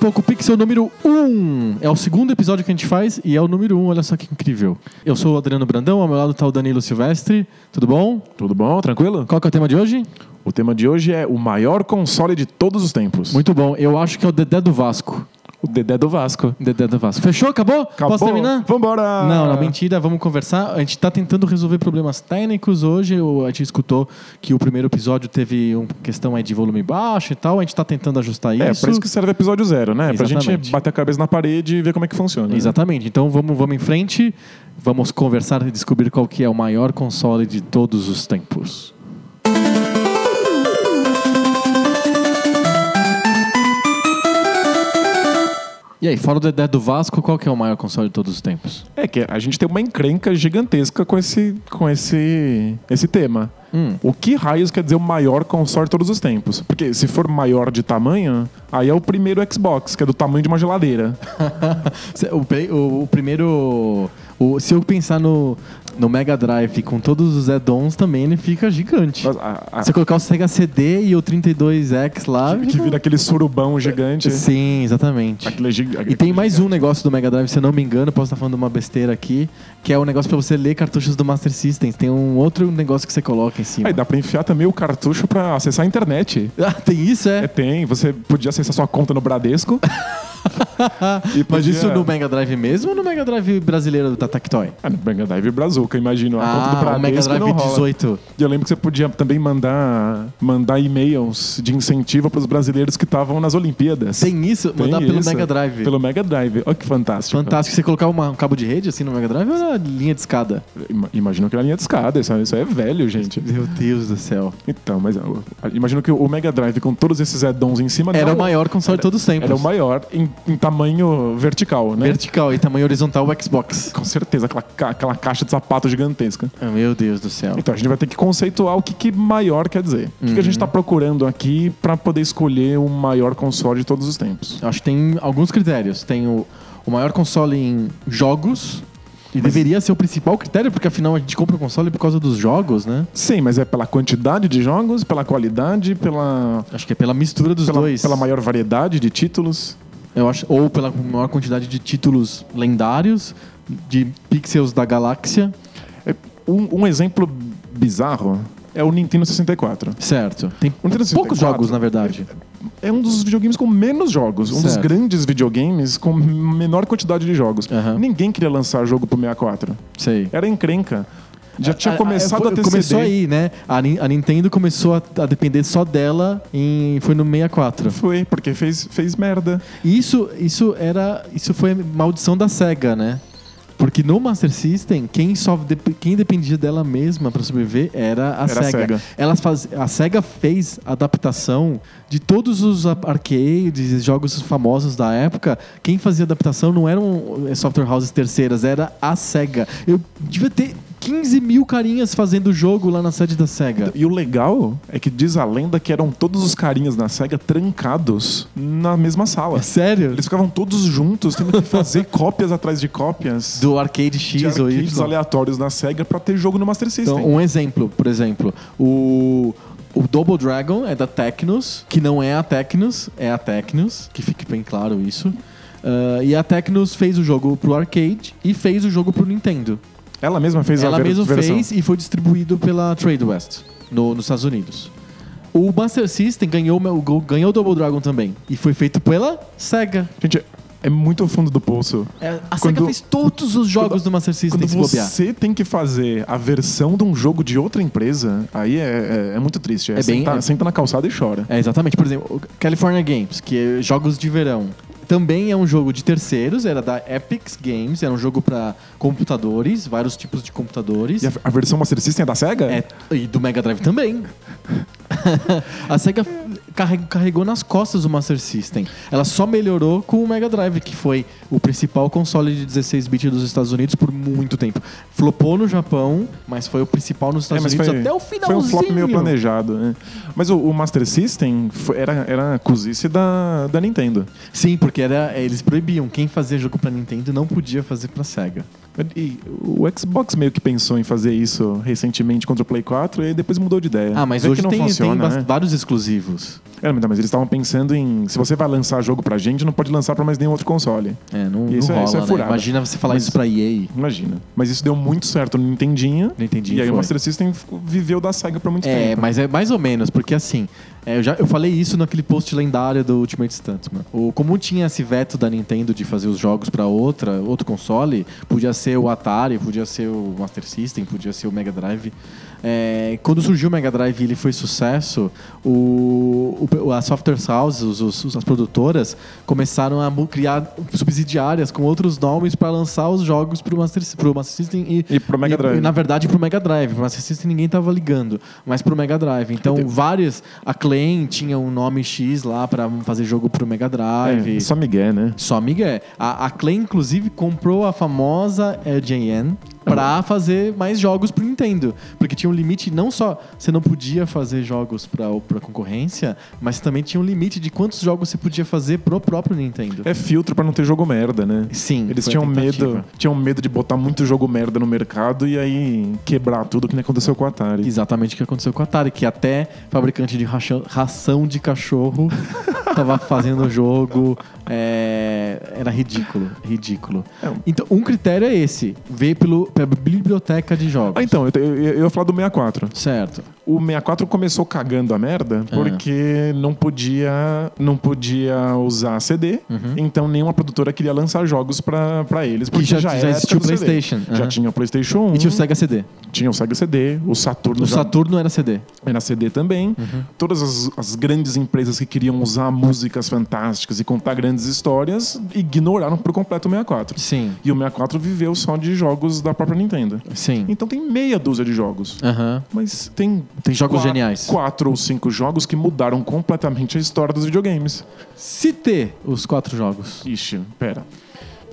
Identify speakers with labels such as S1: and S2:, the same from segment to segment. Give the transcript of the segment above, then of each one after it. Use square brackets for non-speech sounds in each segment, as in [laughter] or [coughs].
S1: Poco Pixel número 1. É o segundo episódio que a gente faz e é o número 1, olha só que incrível. Eu sou o Adriano Brandão, ao meu lado está o Danilo Silvestre. Tudo bom?
S2: Tudo bom? Tranquilo?
S1: Qual que é o tema de hoje?
S2: O tema de hoje é o maior console de todos os tempos.
S1: Muito bom. Eu acho que é o Dedé do Vasco.
S2: O Dedé do Vasco.
S1: Dedé do Vasco. Fechou? Acabou? Posso terminar?
S2: Vambora!
S1: Não, não, mentira, vamos conversar. A gente está tentando resolver problemas técnicos hoje. Eu- A gente escutou que o primeiro episódio teve uma questão aí de volume baixo e tal. A gente está tentando ajustar
S2: É,
S1: isso.
S2: pra isso que serve o episódio zero, né? Pra
S1: Exatamente.
S2: gente bater a cabeça na parede e ver como é que funciona. né?
S1: Exatamente. Então vamos, vamos em frente, vamos conversar e descobrir qual que é o maior console de todos os tempos. E aí, fora o Dedé do Vasco, qual que é o maior console de todos os tempos?
S2: É que a gente tem uma encrenca gigantesca com esse, com esse, esse tema.
S1: Hum.
S2: O que raios quer dizer o maior console de todos os tempos? Porque se for maior de tamanho, aí é o primeiro Xbox, que é do tamanho de uma geladeira.
S1: [laughs] Se- o, pe- o- o primeiro. o- se eu pensar no, no Mega Drive com todos os add-ons também, ele fica gigante.
S2: Mas a- a-
S1: Se eu colocar o Sega CD e o 32X lá.
S2: que vira aquele surubão gigante.
S1: Sim, exatamente.
S2: Aquele gi-
S1: E tem mais um negócio do Mega Drive, se eu não me engano, posso estar falando uma besteira aqui, que é o negócio pra você ler cartuchos do Master System. Tem um outro negócio que você coloca em cima.
S2: Aí dá pra enfiar também o cartucho pra acessar a internet.
S1: [laughs] Ah, tem isso,
S2: É,
S1: é?
S2: tem. Você podia acessar sua conta no
S1: [laughs]
S2: Bradesco. E
S1: Mas
S2: podia-
S1: isso no Mega Drive mesmo ou no Mega Drive brasileiro da Tactoy?
S2: Ah, no Mega Drive Brazuca, imagino. A conta do
S1: Ah, o
S2: Bradesco
S1: Mega Drive
S2: não rola.
S1: 18.
S2: E eu lembro que você podia também mandar, mandar e-mails de incentivo pros brasileiros que estavam nas Olimpíadas.
S1: Tem isso?
S2: Tem
S1: Mandar pelo
S2: isso.
S1: Mega Drive.
S2: Pelo tipo, Mega Drive. Olha que fantástico.
S1: Fantástico. Você colocar uma- um cabo de rede assim no Mega Drive ou na linha de escada?
S2: Ima- Imagino que era linha de escada. Isso, isso é velho, gente.
S1: Meu Deus do céu.
S2: Então, mas eu- eu imagino que o Mega Drive com todos esses add-ons em cima...
S1: Era
S2: não-
S1: o maior console de todos os tempos.
S2: Era o maior em, em tamanho vertical, né?
S1: Vertical e tamanho horizontal o Xbox.
S2: Com certeza, aquela, ca- aquela caixa de sapato gigantesca.
S1: Ah, Meu Deus do céu.
S2: Então a gente vai ter que conceituar o que, que maior quer dizer. O que,
S1: Uhum.
S2: que a gente está procurando aqui para poder escolher o maior console de todos os tempos.
S1: Acho que tem alguns critérios. Tem o, o maior console em jogos. E deveria ser o principal critério, porque afinal a gente compra o console por causa dos jogos, né?
S2: Sim, mas é pela quantidade de jogos, pela qualidade, pela,
S1: Acho que é pela mistura dos
S2: pela,
S1: dois.
S2: pela maior variedade de títulos.
S1: Eu acho, ou pela maior quantidade de títulos lendários, de pixels da galáxia.
S2: É, um, um exemplo bizarro é o Nintendo 64.
S1: Certo. Tem
S2: O Nintendo 64
S1: poucos jogos, na verdade.
S2: É um dos videogames com menos jogos. Um dos
S1: Certo.
S2: grandes videogames com menor quantidade de jogos.
S1: Aham.
S2: Ninguém queria lançar jogo pro 64.
S1: Sei.
S2: Era encrenca. Já tinha
S1: A- a-
S2: começado a,
S1: Ah, foi-
S2: ter
S1: Começou
S2: CD.
S1: aí, né? A, Nin- a Nintendo começou a, a depender só dela em foi no 64.
S2: Foi, porque fez, fez merda.
S1: E isso, isso era, isso foi a maldição da Sega, né? Porque no Master System, quem só dep- quem dependia dela mesma para sobreviver era a
S2: Era a
S1: Sega.
S2: Sega.
S1: Elas faz, a Sega fez a adaptação de todos os a- arcades e jogos famosos da época. Quem fazia adaptação não eram eh, software houses terceiras, era a Sega. Eu devia ter 15 mil carinhas fazendo jogo lá na sede da Sega.
S2: E o legal é que diz a lenda que eram todos os carinhas na SEGA trancados na mesma sala.
S1: Sério?
S2: Eles ficavam todos juntos, tendo
S1: [laughs]
S2: que fazer cópias atrás de cópias
S1: Do arcade
S2: de
S1: X ou
S2: arcades
S1: Y.
S2: aleatórios na SEGA pra ter jogo no Master System.
S1: Então, um exemplo, por exemplo, o, o Double Dragon é da Tecnos, que não é a Tecnos, é a Tecnos, que fique bem claro isso. Ah, e a Tecnos fez o jogo pro arcade e fez o jogo pro Nintendo.
S2: Ela mesma fez a
S1: Ela
S2: ver
S1: mesma
S2: versão.
S1: fez e foi distribuído pela Trade West no- nos Estados Unidos. O Master System ganhou o Go- ganhou o Double Dragon também e foi feito pela Sega.
S2: Gente, é muito fundo do poço.
S1: É, A Sega
S2: Quando-
S1: fez todos os jogos
S2: quando-
S1: do Master System
S2: Quando
S1: se bobear.
S2: você tem que fazer a versão de um jogo de outra empresa, aí é, é- é muito triste. É,
S1: É bem-
S2: senta,
S1: é-
S2: senta na calçada e chora.
S1: É, exatamente. Por exemplo, o California Games, que é jogos de verão. Também é um jogo de terceiros, era da Epic Games, era um jogo pra computadores, vários tipos de computadores.
S2: E a, a versão Master System é da SEGA?
S1: É, e do Mega Drive também. [laughs] a SEGA carre- carregou nas costas o Master System. Ela só melhorou com o Mega Drive, que foi o principal console de 16 bits dos Estados Unidos por muito tempo. Flopou no Japão, mas foi o principal nos Estados
S2: É, mas
S1: Unidos
S2: foi-
S1: até o
S2: Foi
S1: finalzinho.
S2: um flop meio planejado, né? Mas o, o Master System foi- era, era a cozice da, da Nintendo.
S1: Sim, porque era, é, eles proibiam. Quem fazia jogo pra Nintendo não podia fazer pra SEGA.
S2: E o Xbox meio que pensou em fazer isso recentemente contra o Play 4 e depois mudou de ideia.
S1: Ah, mas
S2: Vê
S1: hoje
S2: que não
S1: tem,
S2: funciona,
S1: tem bas-
S2: né?
S1: vários exclusivos.
S2: É, mas eles estavam pensando em se você vai lançar jogo pra gente, não pode lançar pra mais nenhum outro console.
S1: É, não,
S2: Isso
S1: não rola,
S2: é- isso é
S1: né?
S2: furada.
S1: Imagina você falar
S2: Mas-
S1: isso pra EA.
S2: Imagina. Mas isso deu muito certo no Nintendinho.
S1: Nintendinho
S2: E aí o
S1: foi.
S2: Master System ficou- viveu da SEGA por muito
S1: É,
S2: tempo.
S1: mas é mais ou menos, porque assim, é, eu já eu falei isso naquele post lendário do Ultimate Stuntman. O, como tinha esse veto da Nintendo de fazer os jogos pra outra, outro console, podia ser o Atari, podia ser o Master System, podia ser o Mega Drive. É, quando surgiu o Mega Drive e ele foi sucesso, o, o- as software houses, os- os- as produtoras, começaram a mu- criar subsidiárias com outros nomes pra lançar os jogos pro Master, pro Master System e,
S2: E pro Mega
S1: e-
S2: Drive.
S1: e, na verdade, pro Mega Drive. Pro Master System ninguém tava ligando, mas pro Mega Drive. Então, vários. A Clan tinha um nome X lá pra fazer jogo pro Mega Drive.
S2: É,
S1: só...
S2: só Miguel, né?
S1: Miguel. A, a Clan, inclusive, comprou a famosa LJN
S2: Ah.
S1: pra fazer mais jogos pro Nintendo. Porque tinha um limite, não só você não podia fazer jogos pra, pra concorrência, mas também tinha um limite de quantos jogos você podia fazer pro próprio Nintendo.
S2: É filtro pra não ter jogo merda, né?
S1: Sim.
S2: Eles
S1: foi a
S2: tinham
S1: tentativa.
S2: medo, tinham medo de botar muito jogo merda no mercado e aí quebrar tudo que nem aconteceu com o Atari.
S1: Exatamente o que aconteceu com a Atari, que até fabricante de racha- ração de [laughs] cachorro tava fazendo o jogo. é, era ridículo, ridículo.
S2: É.
S1: Então, um critério é esse: ver pelo, pela biblioteca de jogos.
S2: Ah, então, eu, te- eu, eu ia falar do 64.
S1: Certo.
S2: O 64 começou cagando a merda
S1: Ah.
S2: porque não podia não podia usar CD,
S1: Uhum.
S2: então nenhuma produtora queria lançar jogos pra pra eles, porque
S1: já-
S2: já,
S1: já
S2: era a época
S1: existia o
S2: do CD.
S1: PlayStation,
S2: Já
S1: aham.
S2: tinha o PlayStation 1,
S1: E tinha o Sega CD.
S2: tinha o Sega CD, o Saturno
S1: O
S2: já
S1: Saturno era CD.
S2: era CD também. Todas as, as grandes empresas que queriam usar músicas fantásticas e contar grandes histórias ignoraram por completo o 64.
S1: Sim,
S2: E o 64 viveu só de jogos da própria Nintendo.
S1: sim.
S2: Então tem meia dúzia de jogos.
S1: Aham.
S2: Mas tem.
S1: Tem jogos
S2: qua-
S1: geniais.
S2: Quatro ou cinco jogos que mudaram completamente a história dos videogames.
S1: Citei os quatro jogos.
S2: Ixi, pera.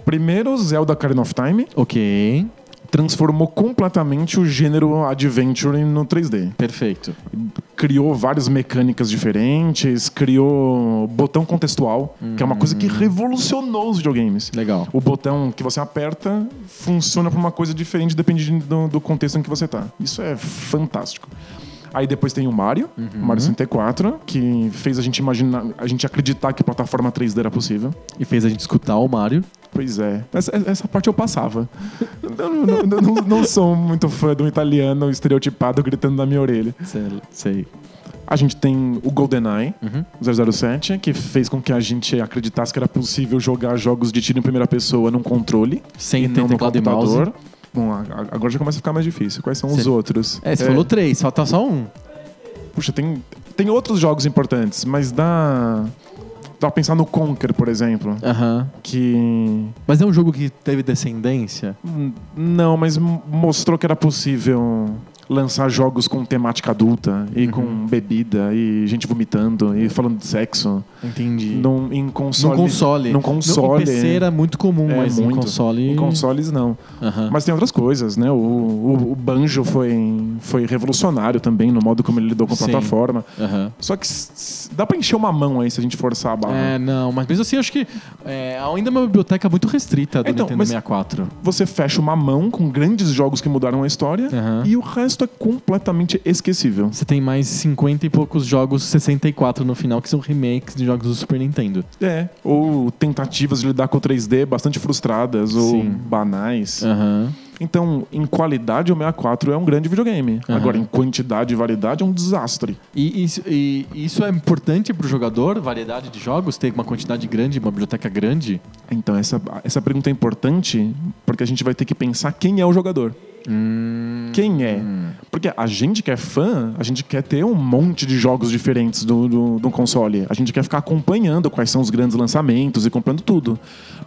S2: Primeiro, Zelda Ocarina of Time
S1: Ok,
S2: transformou completamente o gênero Adventure no 3D.
S1: perfeito.
S2: criou várias mecânicas diferentes, criou botão contextual, que é uma coisa que revolucionou os videogames.
S1: Legal.
S2: O botão que você aperta funciona para uma coisa diferente dependendo do, do contexto em que você tá. Isso é fantástico. Aí depois tem o Mario, Mario 64, que fez a gente imaginar, a gente acreditar que plataforma 3D era possível.
S1: E fez a gente escutar o Mario.
S2: Pois é. Essa, essa parte eu passava. [laughs] Eu não, não- não- não- não sou muito fã de um italiano estereotipado gritando na minha orelha.
S1: Sei- Sei.
S2: A gente tem o GoldenEye
S1: Uhum.
S2: 007, que fez com que a gente acreditasse que era possível jogar jogos de tiro em primeira pessoa num controle.
S1: Sem
S2: e
S1: ter
S2: não no
S1: teclado e um mouse.
S2: computador. Bom, a- a- agora já começa a ficar mais difícil. Quais são os
S1: Sim.
S2: outros? É,
S1: É, você falou três, falta só um.
S2: Puxa, tem, tem outros jogos importantes, mas dá. Dá pra pensar no Conker, por exemplo.
S1: Aham.
S2: Que.
S1: Mas é um jogo que teve descendência?
S2: hum, Não, mas m- mostrou que era possível lançar jogos com temática adulta
S1: Uhum.
S2: e com bebida e gente vomitando e falando de sexo.
S1: Entendi. No,
S2: Num, em console.
S1: console.
S2: Num
S1: No,
S2: console.
S1: em PC era muito comum,
S2: É,
S1: mas em
S2: muito.
S1: console...
S2: Em consoles, não.
S1: Aham.
S2: Mas tem outras coisas, né? O, o, o Banjo foi, foi revolucionário também no modo como ele lidou com a
S1: Sim.
S2: plataforma.
S1: Aham.
S2: Só que s- s- dá pra encher uma mão aí se a gente forçar a barra.
S1: É, não, mas mesmo assim, acho que é, ainda é uma biblioteca muito restrita do
S2: Então,
S1: Nintendo
S2: mas-
S1: 64.
S2: Você fecha uma mão com grandes jogos que mudaram a história
S1: Aham.
S2: e o resto é completamente esquecível.
S1: Você tem mais 50 e poucos jogos 64 no final, que são remakes de jogos do Super Nintendo.
S2: É. Ou tentativas de lidar com o 3D bastante frustradas ou
S1: Sim.
S2: banais.
S1: Aham.
S2: Então, em qualidade, o 64 é um grande videogame.
S1: Aham.
S2: Agora, em quantidade e variedade, é um desastre.
S1: E isso, e isso é importante pro jogador, variedade de jogos, ter uma quantidade grande, uma biblioteca grande?
S2: Então, essa, essa pergunta
S1: Hum.
S2: é importante porque a gente vai ter que pensar quem é o jogador. Quem é? Porque que a gente que é fã, a gente quer ter um monte de jogos diferentes do, do, do console. A gente quer ficar acompanhando quais são os grandes lançamentos e comprando tudo.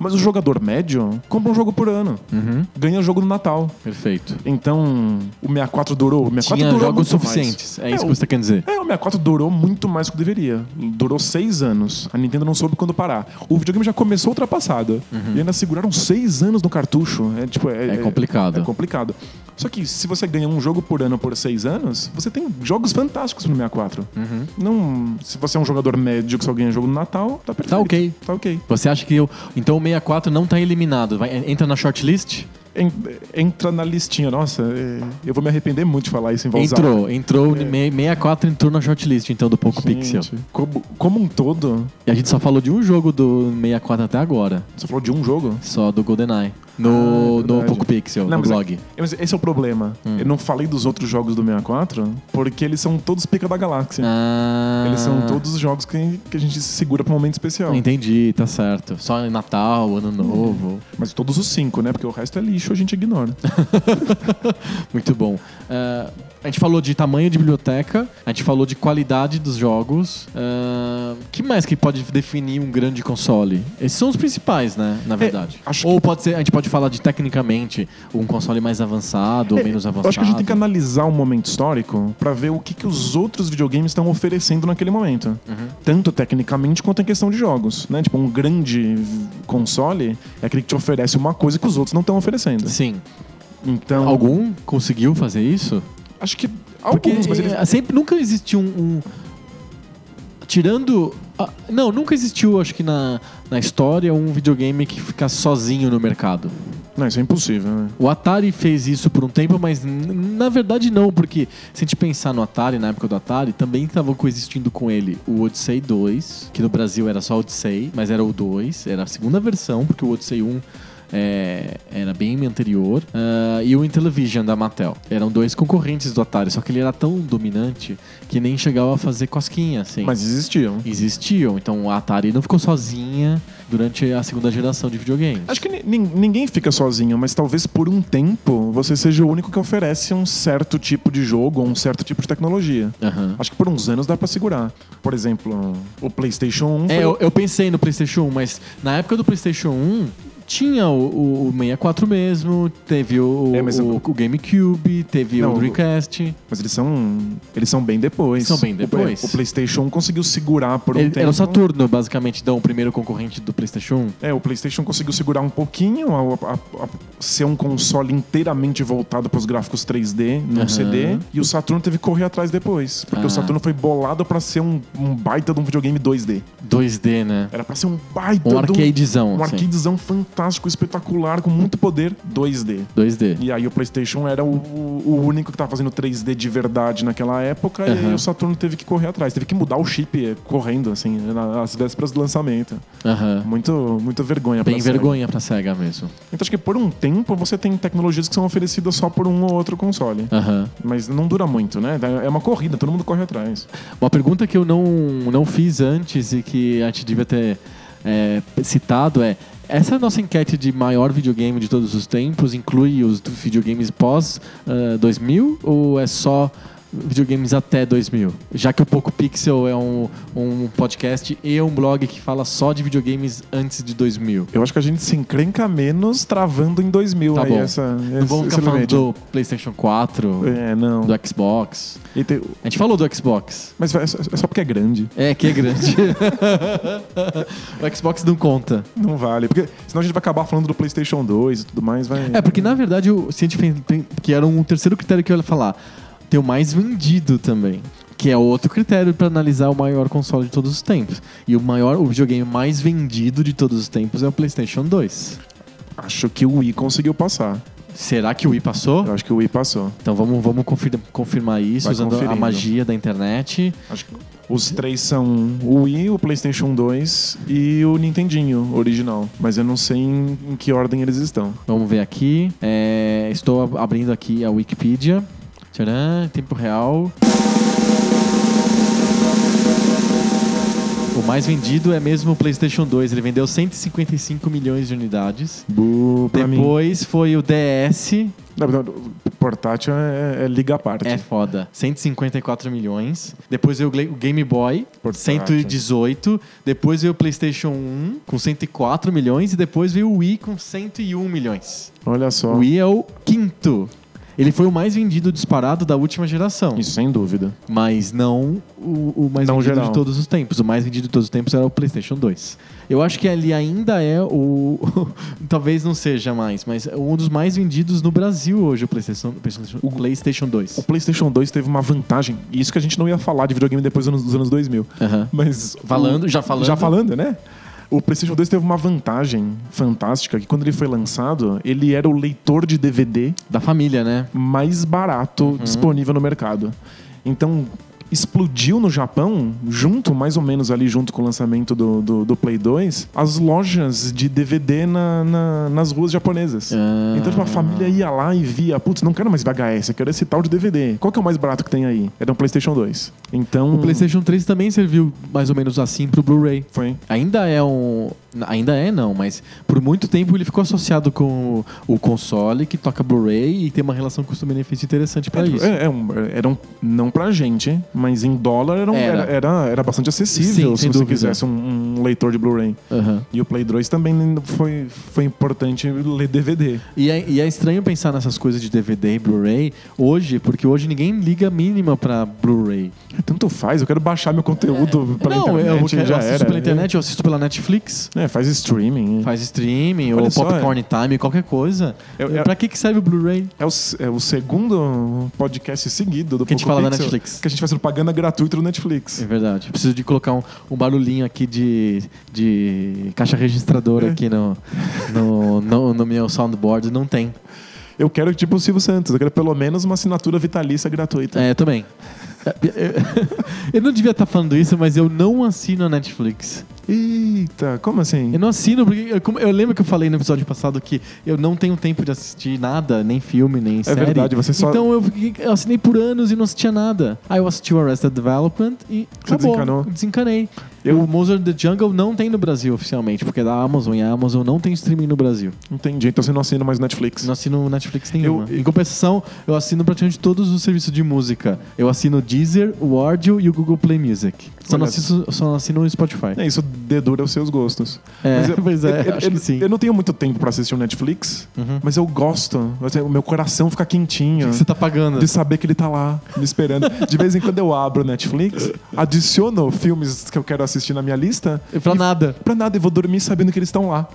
S2: Mas o jogador médio compra um jogo por ano.
S1: Uhum.
S2: Ganha jogo no Natal.
S1: Perfeito.
S2: Então, o 64 durou. O 64
S1: Tinha
S2: durou
S1: jogos
S2: um é muito mais.
S1: suficientes. É isso
S2: o-
S1: que você quer dizer.
S2: é, o 64 durou muito mais do que deveria. Durou seis anos. A Nintendo não soube quando parar. O videogame já começou ultrapassado. E ainda seguraram seis anos no cartucho. É, tipo, é,
S1: Uhum. É complicado.
S2: É, complicado. Só que se você ganha um jogo por ano por seis anos, você tem jogos fantásticos no 64.
S1: Uhum.
S2: Não, se você é um jogador médio que só ganha jogo no Natal, tá perfeito.
S1: ok.
S2: Tá ok.
S1: Você acha que eu. Então o 64 não tá eliminado? Vai- entra na shortlist?
S2: En- Entra na listinha. Nossa, é, eu vou me arrepender muito de falar isso em voz alta.
S1: Entrou, entrou. o me- 64 entrou na shortlist, então, do Poco Pixel.
S2: É. Gente, como, como um todo,
S1: E a gente só falou de um jogo do 64 até agora.
S2: você falou de um jogo.
S1: Só do GoldenEye. No,
S2: Ah,
S1: no
S2: verdade.
S1: Poco Pixel,
S2: Não,
S1: no
S2: mas
S1: blog.
S2: é- é, mas esse é o problema.
S1: Hum.
S2: Eu não falei dos outros jogos do 64 porque eles são todos pica da galáxia.
S1: Ah,
S2: Eles são todos os jogos que, que a gente segura pra um momento especial.
S1: Entendi, tá certo. Só em Natal, Ano Novo.
S2: Mas todos os cinco, né? Porque o resto é lixo, a gente
S1: [laughs]
S2: ignora.
S1: Muito bom. É, a gente falou de tamanho de biblioteca, a gente falou de qualidade dos jogos. O que mais que pode definir um grande console? Esses são os principais, né? Na verdade.
S2: É, acho
S1: Ou pode ser, a gente pode falar de tecnicamente um console mais avançado ou menos avançado.
S2: É, Eu acho que a gente tem que analisar o momento histórico pra ver o que, que os outros videogames estão oferecendo naquele momento.
S1: Uhum.
S2: Tanto tecnicamente quanto em questão de jogos, né? Tipo, um grande console é aquele que te oferece uma coisa que os outros não estão oferecendo.
S1: Sim.
S2: Então,
S1: Algum conseguiu fazer isso?
S2: acho que
S1: Porque
S2: alguns, mas eles
S1: eh, sempre nunca existiu um, um- tirando ah, não nunca existiu acho que na, na história um videogame que fica sozinho no mercado.
S2: Não, isso é impossível, né?
S1: O Atari fez isso por um tempo, mas n- na verdade não, porque se a gente pensar no Atari, na época do Atari, também estavam coexistindo com ele o Odyssey 2, que no Brasil era só Odyssey, mas era o 2, era a segunda versão, porque o Odyssey 1 é, era bem anterior, ah, e o Intellivision da Mattel. Eram dois concorrentes do Atari, só que ele era tão dominante que nem chegava a fazer cosquinha, assim
S2: Mas existiam.
S1: existiam. Então a Atari não ficou sozinha durante a segunda geração de videogames.
S2: Acho que ni- nin- ninguém fica sozinho, mas talvez por um tempo você seja o único que oferece um certo tipo de jogo ou um certo tipo de tecnologia.
S1: Aham.
S2: Acho que por uns anos dá pra segurar. Por exemplo, o PlayStation 1 foi
S1: É, eu, eu pensei no PlayStation 1, mas na época do PlayStation 1 tinha o, o, o 64 mesmo, teve o,
S2: É, mas
S1: o,
S2: eu-
S1: o GameCube, teve
S2: Não,
S1: o Dreamcast.
S2: Mas eles são. Eles são bem depois.
S1: São bem
S2: O-
S1: depois.
S2: O, Playstation 1 conseguiu segurar por um
S1: Ele-
S2: tempo.
S1: era o Saturno, basicamente, então, o primeiro concorrente do PlayStation 1.
S2: É, o PlayStation conseguiu segurar um pouquinho, a, a- a- ser um console inteiramente voltado para os gráficos 3D, num
S1: Aham.
S2: CD, e o Saturno teve que correr atrás depois, porque
S1: Ah.
S2: o Saturno foi bolado para ser um, um baita de um videogame 2D.
S1: 2D, né?
S2: Era para ser um baita
S1: Um
S2: de um,
S1: arcadezão,
S2: um
S1: assim.
S2: arcadezão fantástico, espetacular, com muito poder 2D.
S1: 2D.
S2: E aí o PlayStation era o, o- o único que tava fazendo 3D de verdade naquela época, e
S1: Aham.
S2: aí o Saturno teve que correr atrás, teve que mudar o chip eh, correndo assim, na- nas vésperas do lançamento.
S1: Aham.
S2: Muito, muita vergonha pra
S1: Bem
S2: Sega.
S1: vergonha pra SEGA mesmo.
S2: Então acho que por um tempo você tem tecnologias que são oferecidas só por um ou outro console.
S1: Aham.
S2: Mas não dura muito, né? É uma corrida, todo mundo corre atrás.
S1: Uma pergunta que eu não, não fiz antes e que a gente devia ter é, citado é: essa nossa enquete de maior videogame de todos os tempos inclui os do- videogames pós ah, 2000 ou é só videogames até 2000? Já que o Poco Pixel é um, um podcast e um blog que fala só de videogames antes de 2000.
S2: Eu acho que a gente se encrenca menos travando em 2000
S1: Tá
S2: aí
S1: bom.
S2: essa.
S1: Não vamos ficar falando do PlayStation 4,
S2: É, não.
S1: do Xbox.
S2: E tem-
S1: A gente falou do Xbox.
S2: Mas é só- é só porque é grande.
S1: É, que é grande. [laughs] o Xbox não conta.
S2: Não vale. Porque senão a gente vai acabar falando do PlayStation 2 e tudo mais. Vai...
S1: É, porque na verdade, o- se a gente pen- pen- que era um terceiro critério que eu ia falar, tem o mais vendido também, que é outro critério para analisar o maior console de todos os tempos. E o maior, o videogame mais vendido de todos os tempos é o PlayStation 2.
S2: Acho que o Wii conseguiu passar.
S1: Será que o Wii passou?
S2: Eu acho que o Wii passou.
S1: Então vamos, vamos confir- confirmar isso
S2: Vai
S1: usando a
S2: conferindo.
S1: magia da internet.
S2: Acho que os três são o Wii, o PlayStation 2 e o Nintendinho original. Mas eu não sei em, em que ordem eles estão.
S1: Vamos ver aqui. É, estou ab- abrindo aqui a Wikipedia. Tcharam, em tempo real. O mais vendido é mesmo o PlayStation 2. Ele vendeu 155 milhões de unidades.
S2: Bu, pra mim.
S1: Depois foi o DS.
S2: Não, não, portátil é, é liga à parte.
S1: É foda. 154 milhões. Depois veio o Gla- o Game Boy, por
S2: Portátil.
S1: 118. Depois veio o PlayStation 1, com 104 milhões. E depois veio o Wii, com 101 milhões.
S2: Olha só.
S1: O Wii é o quinto. Ele foi o mais vendido disparado da última geração.
S2: Isso sem dúvida.
S1: Mas não o, o mais
S2: Não
S1: vendido
S2: geral.
S1: de todos os tempos. O mais vendido de todos os tempos era o PlayStation 2. Eu acho que ali ainda é o. [laughs] Talvez não seja mais, mas é um dos mais vendidos no Brasil hoje, o PlayStation, PlayStation, o PlayStation 2.
S2: O PlayStation 2 teve uma vantagem, e isso que a gente não ia falar de videogame depois dos anos, dos anos 2000.
S1: Aham.
S2: Mas
S1: Falando,
S2: o-
S1: já falando.
S2: Já falando, né? O PlayStation 2 teve uma vantagem fantástica que quando ele foi lançado, ele era o leitor de DVD
S1: Da família, né?
S2: mais barato
S1: Uhum.
S2: disponível no mercado. Então, explodiu no Japão, junto, mais ou menos ali, junto com o lançamento do, do, do Play 2, as lojas de DVD na- na- nas ruas japonesas.
S1: Ah.
S2: Então, tipo, a família ia lá e via, putz, não quero mais VHS, eu quero esse tal de DVD. Qual que é o mais barato que tem aí? Era um PlayStation 2. Então,
S1: O PlayStation 3 também serviu mais ou menos assim pro Blu-ray.
S2: foi...
S1: Ainda é um. Ainda é, não, mas por muito tempo ele ficou associado com o console que toca Blu-ray e tem uma relação custo-benefício interessante pra
S2: É,
S1: isso.
S2: é, é um, era um, não pra gente, mas em dólar era, um-
S1: Era.
S2: era. era- era bastante
S1: Sim,
S2: acessível se
S1: sem
S2: você
S1: dúvida.
S2: quisesse um, um leitor de Blu-ray.
S1: Aham.
S2: E o Play 2 também foi, foi importante ler DVD.
S1: E é, e é estranho pensar nessas coisas de DVD e Blu-ray hoje, porque hoje ninguém liga a mínima pra Blu-ray.
S2: É, Tanto faz, eu quero baixar meu conteúdo pela
S1: É. não,
S2: internet.
S1: eu, quero- eu
S2: é já
S1: assisto
S2: era. né?
S1: pela internet, eu assisto pela Netflix.
S2: É, faz streaming.
S1: Faz streaming,
S2: Olha
S1: ou
S2: só, é.
S1: popcorn time, qualquer coisa. É,
S2: Eu- eu-
S1: Pra que, que serve o Blu-ray?
S2: É o, se- é o segundo podcast seguido do
S1: Que a gente
S2: Poco
S1: fala da
S2: Pixel
S1: Netflix.
S2: Que a gente faz propaganda gratuita no
S1: É
S2: Netflix.
S1: verdade. Preciso de colocar um, um barulhinho aqui de, de caixa registradora aqui no, no, no, no meu soundboard. Não tem.
S2: Eu quero, tipo o Silvio Santos, eu quero pelo menos uma assinatura vitalícia gratuita.
S1: É, eu também. Eu [laughs] não devia estar falando isso, mas eu não assino a Netflix.
S2: Eita, como assim?
S1: É. Eu não assino, porque eu, como- eu lembro que eu falei no episódio passado que eu não tenho tempo de assistir nada, nem filme, nem série.
S2: É verdade, você só-
S1: Então eu, fiquei- eu assinei por anos e não assistia nada. Aí eu assisti o Arrested Development e
S2: Você
S1: acabou.
S2: desencanou.
S1: Desencanei.
S2: Eu-
S1: O Mozart the Jungle não tem no Brasil oficialmente, porque é da Amazon e a Amazon não tem streaming no Brasil.
S2: Entendi, então você não assina mais Netflix.
S1: Não assino Netflix nenhuma.
S2: Eu-
S1: Em compensação, eu assino praticamente todos os serviços de música. Eu assino o Deezer, o Audio e o Google Play Music. Só não,
S2: Olha-
S1: assisto, só não assino o Spotify.
S2: É, isso dedura os seus gostos.
S1: É,
S2: Mas eu-
S1: pois é,
S2: eu,
S1: acho
S2: eu-
S1: que sim. Uhum.
S2: eu não tenho muito tempo pra assistir o Netflix, mas eu gosto. Assim, o meu coração
S1: [laughs]
S2: fica quentinho.
S1: Você tá pagando.
S2: De saber que ele tá lá, me esperando. De vez em quando eu abro o Netflix, adiciono filmes que eu quero assistir na minha lista,
S1: Pra nada.
S2: pra nada, eu vou dormir sabendo que eles estão lá.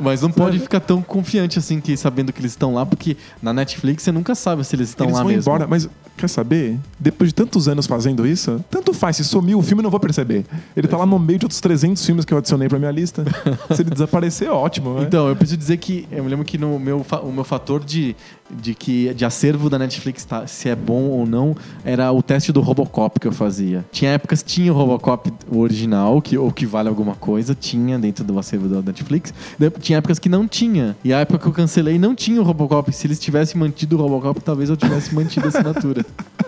S1: Mas não pode ficar tão confiante assim, que sabendo que eles estão lá, porque na Netflix você nunca sabe se eles estão
S2: eles
S1: lá
S2: vão
S1: mesmo.
S2: embora, né? mas quer saber? Depois de tantos anos fazendo isso, tanto faz. Se sumir o filme, eu não vou perceber. Ele tá lá no meio de outros 300 filmes que eu adicionei pra minha lista. Se ele desaparecer, ótimo. né?
S1: Então, eu preciso dizer que eu me lembro que no meu, fa- o meu fator de, de, que, de acervo da Netflix, tá, se é bom ou não, era o teste do Robocop que eu fazia. Tinha épocas que tinha o Robocop original, que, ou que vale alguma coisa, tinha dentro do acervo da Netflix. Daí Tinha épocas que não tinha. E a época que eu cancelei não tinha o Robocop. Se eles tivessem mantido o Robocop, talvez eu tivesse mantido a assinatura. [laughs]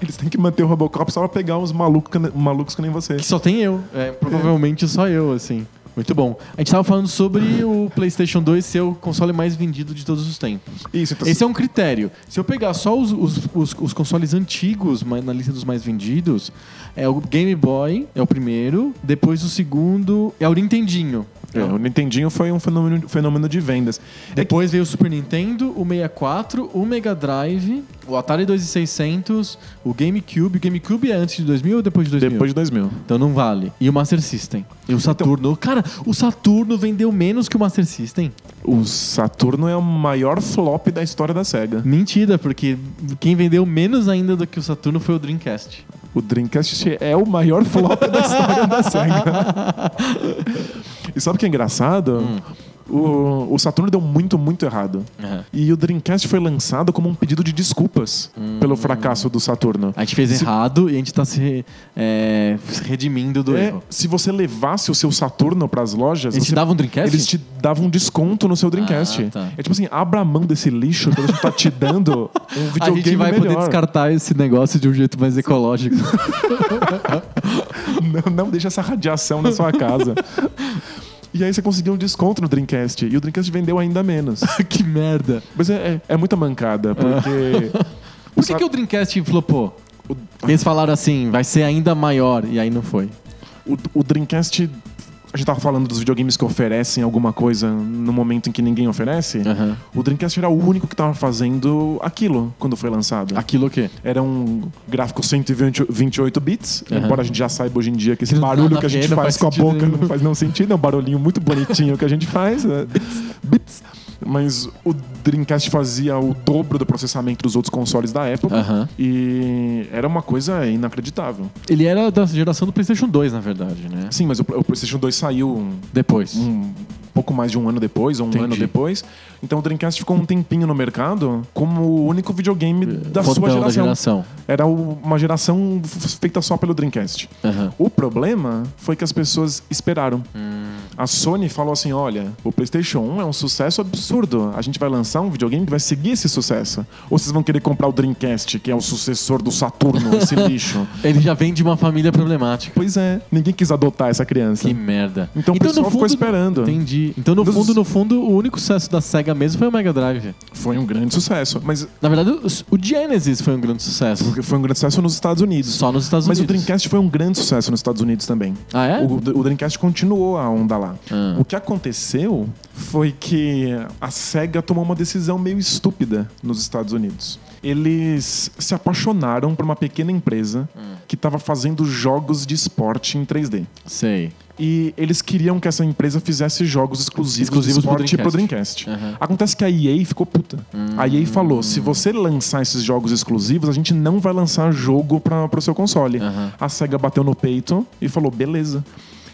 S2: Eles têm que manter o Robocop só pra pegar uns malucos, que- malucos que nem você.
S1: Que só tem eu. É, provavelmente só eu, assim. Muito bom. A gente tava falando sobre o PlayStation 2 ser o console mais vendido de todos os tempos.
S2: Isso, então,
S1: Esse é um critério. Se eu pegar só os, os- os- os consoles antigos mas na lista dos mais vendidos, é o Game Boy, é o primeiro. Depois o segundo é o Nintendinho.
S2: é, o Nintendinho foi um fenômeno, fenômeno de vendas.
S1: Depois veio o Super Nintendo, o 64, o Mega Drive, o Atari 2600, o GameCube. O GameCube é antes de 2000 ou depois de 2000?
S2: Depois de 2000.
S1: Então não vale. E o Master System. E o Saturno. Cara, o Saturno vendeu menos que o Master System.
S2: O Saturno é o maior flop da história da SEGA.
S1: Mentira, porque quem vendeu menos ainda do que o Saturno foi o Dreamcast.
S2: O Dreamcast é o maior flop da história da [laughs] SEGA. E sabe o que é engraçado? O, o Saturno deu muito, muito errado. E o Dreamcast foi lançado como um pedido de desculpas pelo fracasso do Saturno.
S1: A gente fez
S2: Se-
S1: errado e a gente tá se, é, se redimindo do
S2: É,
S1: erro.
S2: se você levasse o seu Saturno pras lojas,
S1: Eles te
S2: você-
S1: davam um Dreamcast?
S2: eles te davam um desconto no seu Dreamcast.
S1: Ah, tá.
S2: É tipo assim, abra a mão desse lixo que a gente tá te
S1: [laughs]
S2: dando um
S1: A
S2: videogame
S1: gente vai
S2: melhor.
S1: poder
S2: [laughs]
S1: descartar esse negócio de um jeito mais ecológico. [laughs] [laughs]
S2: Não, não deixa essa radiação na sua casa. E aí você conseguiu um desconto no Dreamcast. E o Dreamcast vendeu ainda menos.
S1: que merda.
S2: Mas é, é, é muita
S1: [laughs]
S2: mancada, porque.
S1: Por que, que o Dreamcast flopou?
S2: o-
S1: Eles falaram assim, vai ser ainda maior, e aí não foi.
S2: o, o Dreamcast. A gente tava falando dos videogames que oferecem alguma coisa no momento em que ninguém oferece.
S1: Aham.
S2: O Dreamcast era o único que tava fazendo aquilo quando foi lançado.
S1: Aquilo o quê?
S2: Era um gráfico 128 bits,
S1: Aham.
S2: embora a gente já saiba hoje em dia que esse
S1: Que não
S2: barulho
S1: nada
S2: que a
S1: a
S2: gente
S1: ver, não
S2: faz
S1: faz
S2: com a
S1: sentido
S2: boca
S1: nenhum.
S2: não faz não sentido, é um barulhinho muito bonitinho que a gente faz. né? bits. Mas o Dreamcast fazia o dobro do processamento dos outros consoles da época.
S1: Aham.
S2: E era uma coisa inacreditável.
S1: Ele era da geração do PlayStation 2, na verdade, né?
S2: Sim, mas o, o PlayStation 2 saiu um-
S1: Depois.
S2: um pouco mais de um ano depois, ou um
S1: Entendi.
S2: ano depois. Então o Dreamcast ficou um tempinho no mercado como o único videogame da
S1: Fodão
S2: sua
S1: É, da
S2: geração.
S1: geração.
S2: Era o- uma geração f- feita só pelo Dreamcast.
S1: Aham.
S2: O problema foi que as pessoas esperaram.
S1: Hum.
S2: A Sony falou assim: olha, o PlayStation 1 é um sucesso absurdo. A gente vai lançar um videogame que vai seguir esse sucesso. Ou vocês vão querer comprar o Dreamcast, que é o sucessor do
S1: [laughs]
S2: Saturno, esse lixo.
S1: Ele já vem de uma família problemática.
S2: Pois é, ninguém quis adotar essa criança.
S1: Que merda.
S2: Então o pessoal ficou esperando.
S1: Entendi. Então, no
S2: Dos-
S1: fundo, no fundo, o único sucesso da SEGA mesmo foi o Mega Drive.
S2: Foi um grande sucesso. Mas
S1: Na verdade, o- o Genesis foi um grande sucesso.
S2: porque foi um grande sucesso nos Estados Unidos.
S1: Só nos Estados
S2: Mas o
S1: Unidos.
S2: Dreamcast foi um grande sucesso nos Estados Unidos também.
S1: Ah, é?
S2: O, o Dreamcast continuou a onda lá.
S1: Ah.
S2: O que aconteceu foi que a SEGA tomou uma decisão meio estúpida nos Estados Unidos. Eles se apaixonaram por uma pequena empresa
S1: Hum.
S2: que estava fazendo jogos de esporte em 3D.
S1: Sei.
S2: E eles queriam que essa empresa fizesse jogos exclusivos,
S1: Exclusivos
S2: de
S1: pro
S2: esporte pro Dreamcast.
S1: Aham. Hum.
S2: Acontece que a EA ficou puta. A EA falou: se você lançar esses jogos exclusivos, a gente não vai lançar jogo para pro seu console.
S1: Aham.
S2: A SEGA bateu no peito e falou: beleza.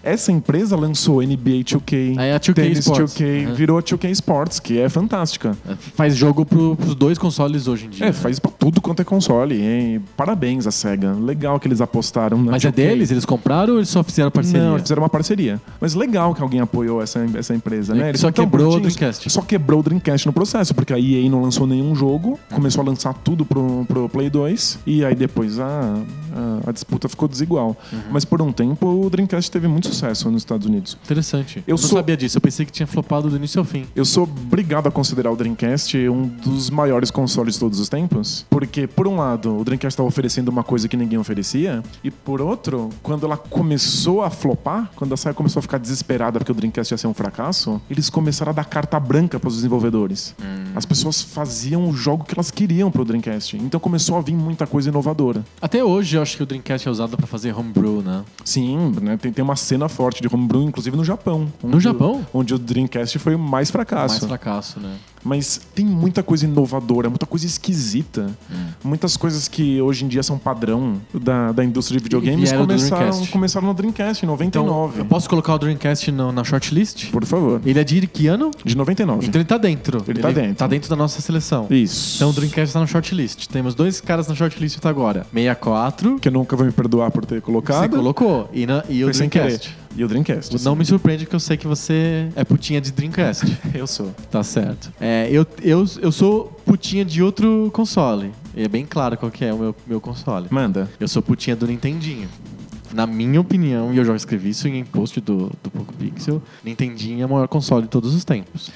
S2: Essa empresa lançou NBA 2K,
S1: Aí a 2K
S2: Tennis
S1: Sports.
S2: 2K, virou a 2K Sports, que é fantástica.
S1: Faz jogo pro, pros dois consoles hoje em dia.
S2: É,
S1: né?
S2: faz pra tudo quanto é console. hein? Parabéns à SEGA. Legal que eles apostaram na
S1: Mas é
S2: 2K.
S1: deles? Eles compraram ou eles só fizeram parceria?
S2: Não, eles fizeram uma parceria. Mas legal que alguém apoiou essa, essa empresa, né?
S1: É,
S2: Eles
S1: só
S2: são tão
S1: quebrou o
S2: bonitinhos.
S1: Dreamcast.
S2: Só quebrou o Dreamcast no processo, porque a EA não lançou nenhum jogo, começou a lançar tudo pro, pro Play 2, e aí depois a, a, a disputa ficou desigual.
S1: Uhum.
S2: Mas por um tempo o Dreamcast teve muito sucesso nos Estados Unidos.
S1: Interessante.
S2: Eu
S1: não
S2: sou-
S1: sabia disso. Eu pensei que tinha flopado do início ao fim.
S2: Eu sou obrigado a considerar o Dreamcast um dos maiores consoles de todos os tempos, porque, por um lado, o Dreamcast estava oferecendo uma coisa que ninguém oferecia, e por outro, quando ela começou a flopar, quando a SEGA começou a ficar desesperada porque o Dreamcast ia ser um fracasso, eles começaram a dar carta branca para os desenvolvedores.
S1: Hum.
S2: As pessoas faziam o jogo que elas queriam para o Dreamcast, então começou a vir muita coisa inovadora.
S1: Até hoje eu acho que o Dreamcast é usado pra fazer homebrew, né?
S2: Sim, né, tem, tem uma cena forte de homebrew, inclusive no Japão. onde o-
S1: Japão?
S2: Onde o Dreamcast foi o mais fracasso.
S1: Mais fracasso, né?
S2: Mas tem muita coisa inovadora, muita coisa esquisita.
S1: Hum.
S2: Muitas coisas que hoje em dia são padrão da, da indústria de videogames
S1: vieram do
S2: começaram,
S1: Dreamcast.
S2: começaram no Dreamcast em
S1: Então,
S2: 99.
S1: eu posso colocar o Dreamcast no- na shortlist?
S2: Por favor.
S1: Ele é de que ano?
S2: De 99.
S1: Então ele tá dentro.
S2: Ele tá dentro.
S1: Tá dentro da nossa seleção.
S2: Isso.
S1: Então o Dreamcast tá na shortlist. Temos dois caras na shortlist até agora. 64, que
S2: Que eu nunca vou me perdoar por ter
S1: você
S2: colocado.
S1: colocou, e, na- e o
S2: Foi sem
S1: Dreamcast.
S2: querer. E o Dreamcast.
S1: Não me surpreende que eu sei que você é putinha de
S2: [laughs]
S1: Dreamcast.
S2: Eu sou.
S1: tá certo. É, eu, eu, eu sou putinha de outro console. E é bem claro qual que é o meu, meu console.
S2: Manda.
S1: Eu sou putinha do Nintendinho. Na minha opinião, e eu já escrevi isso em post do, do Poco Pixel, Nintendinho é o maior console de todos os tempos.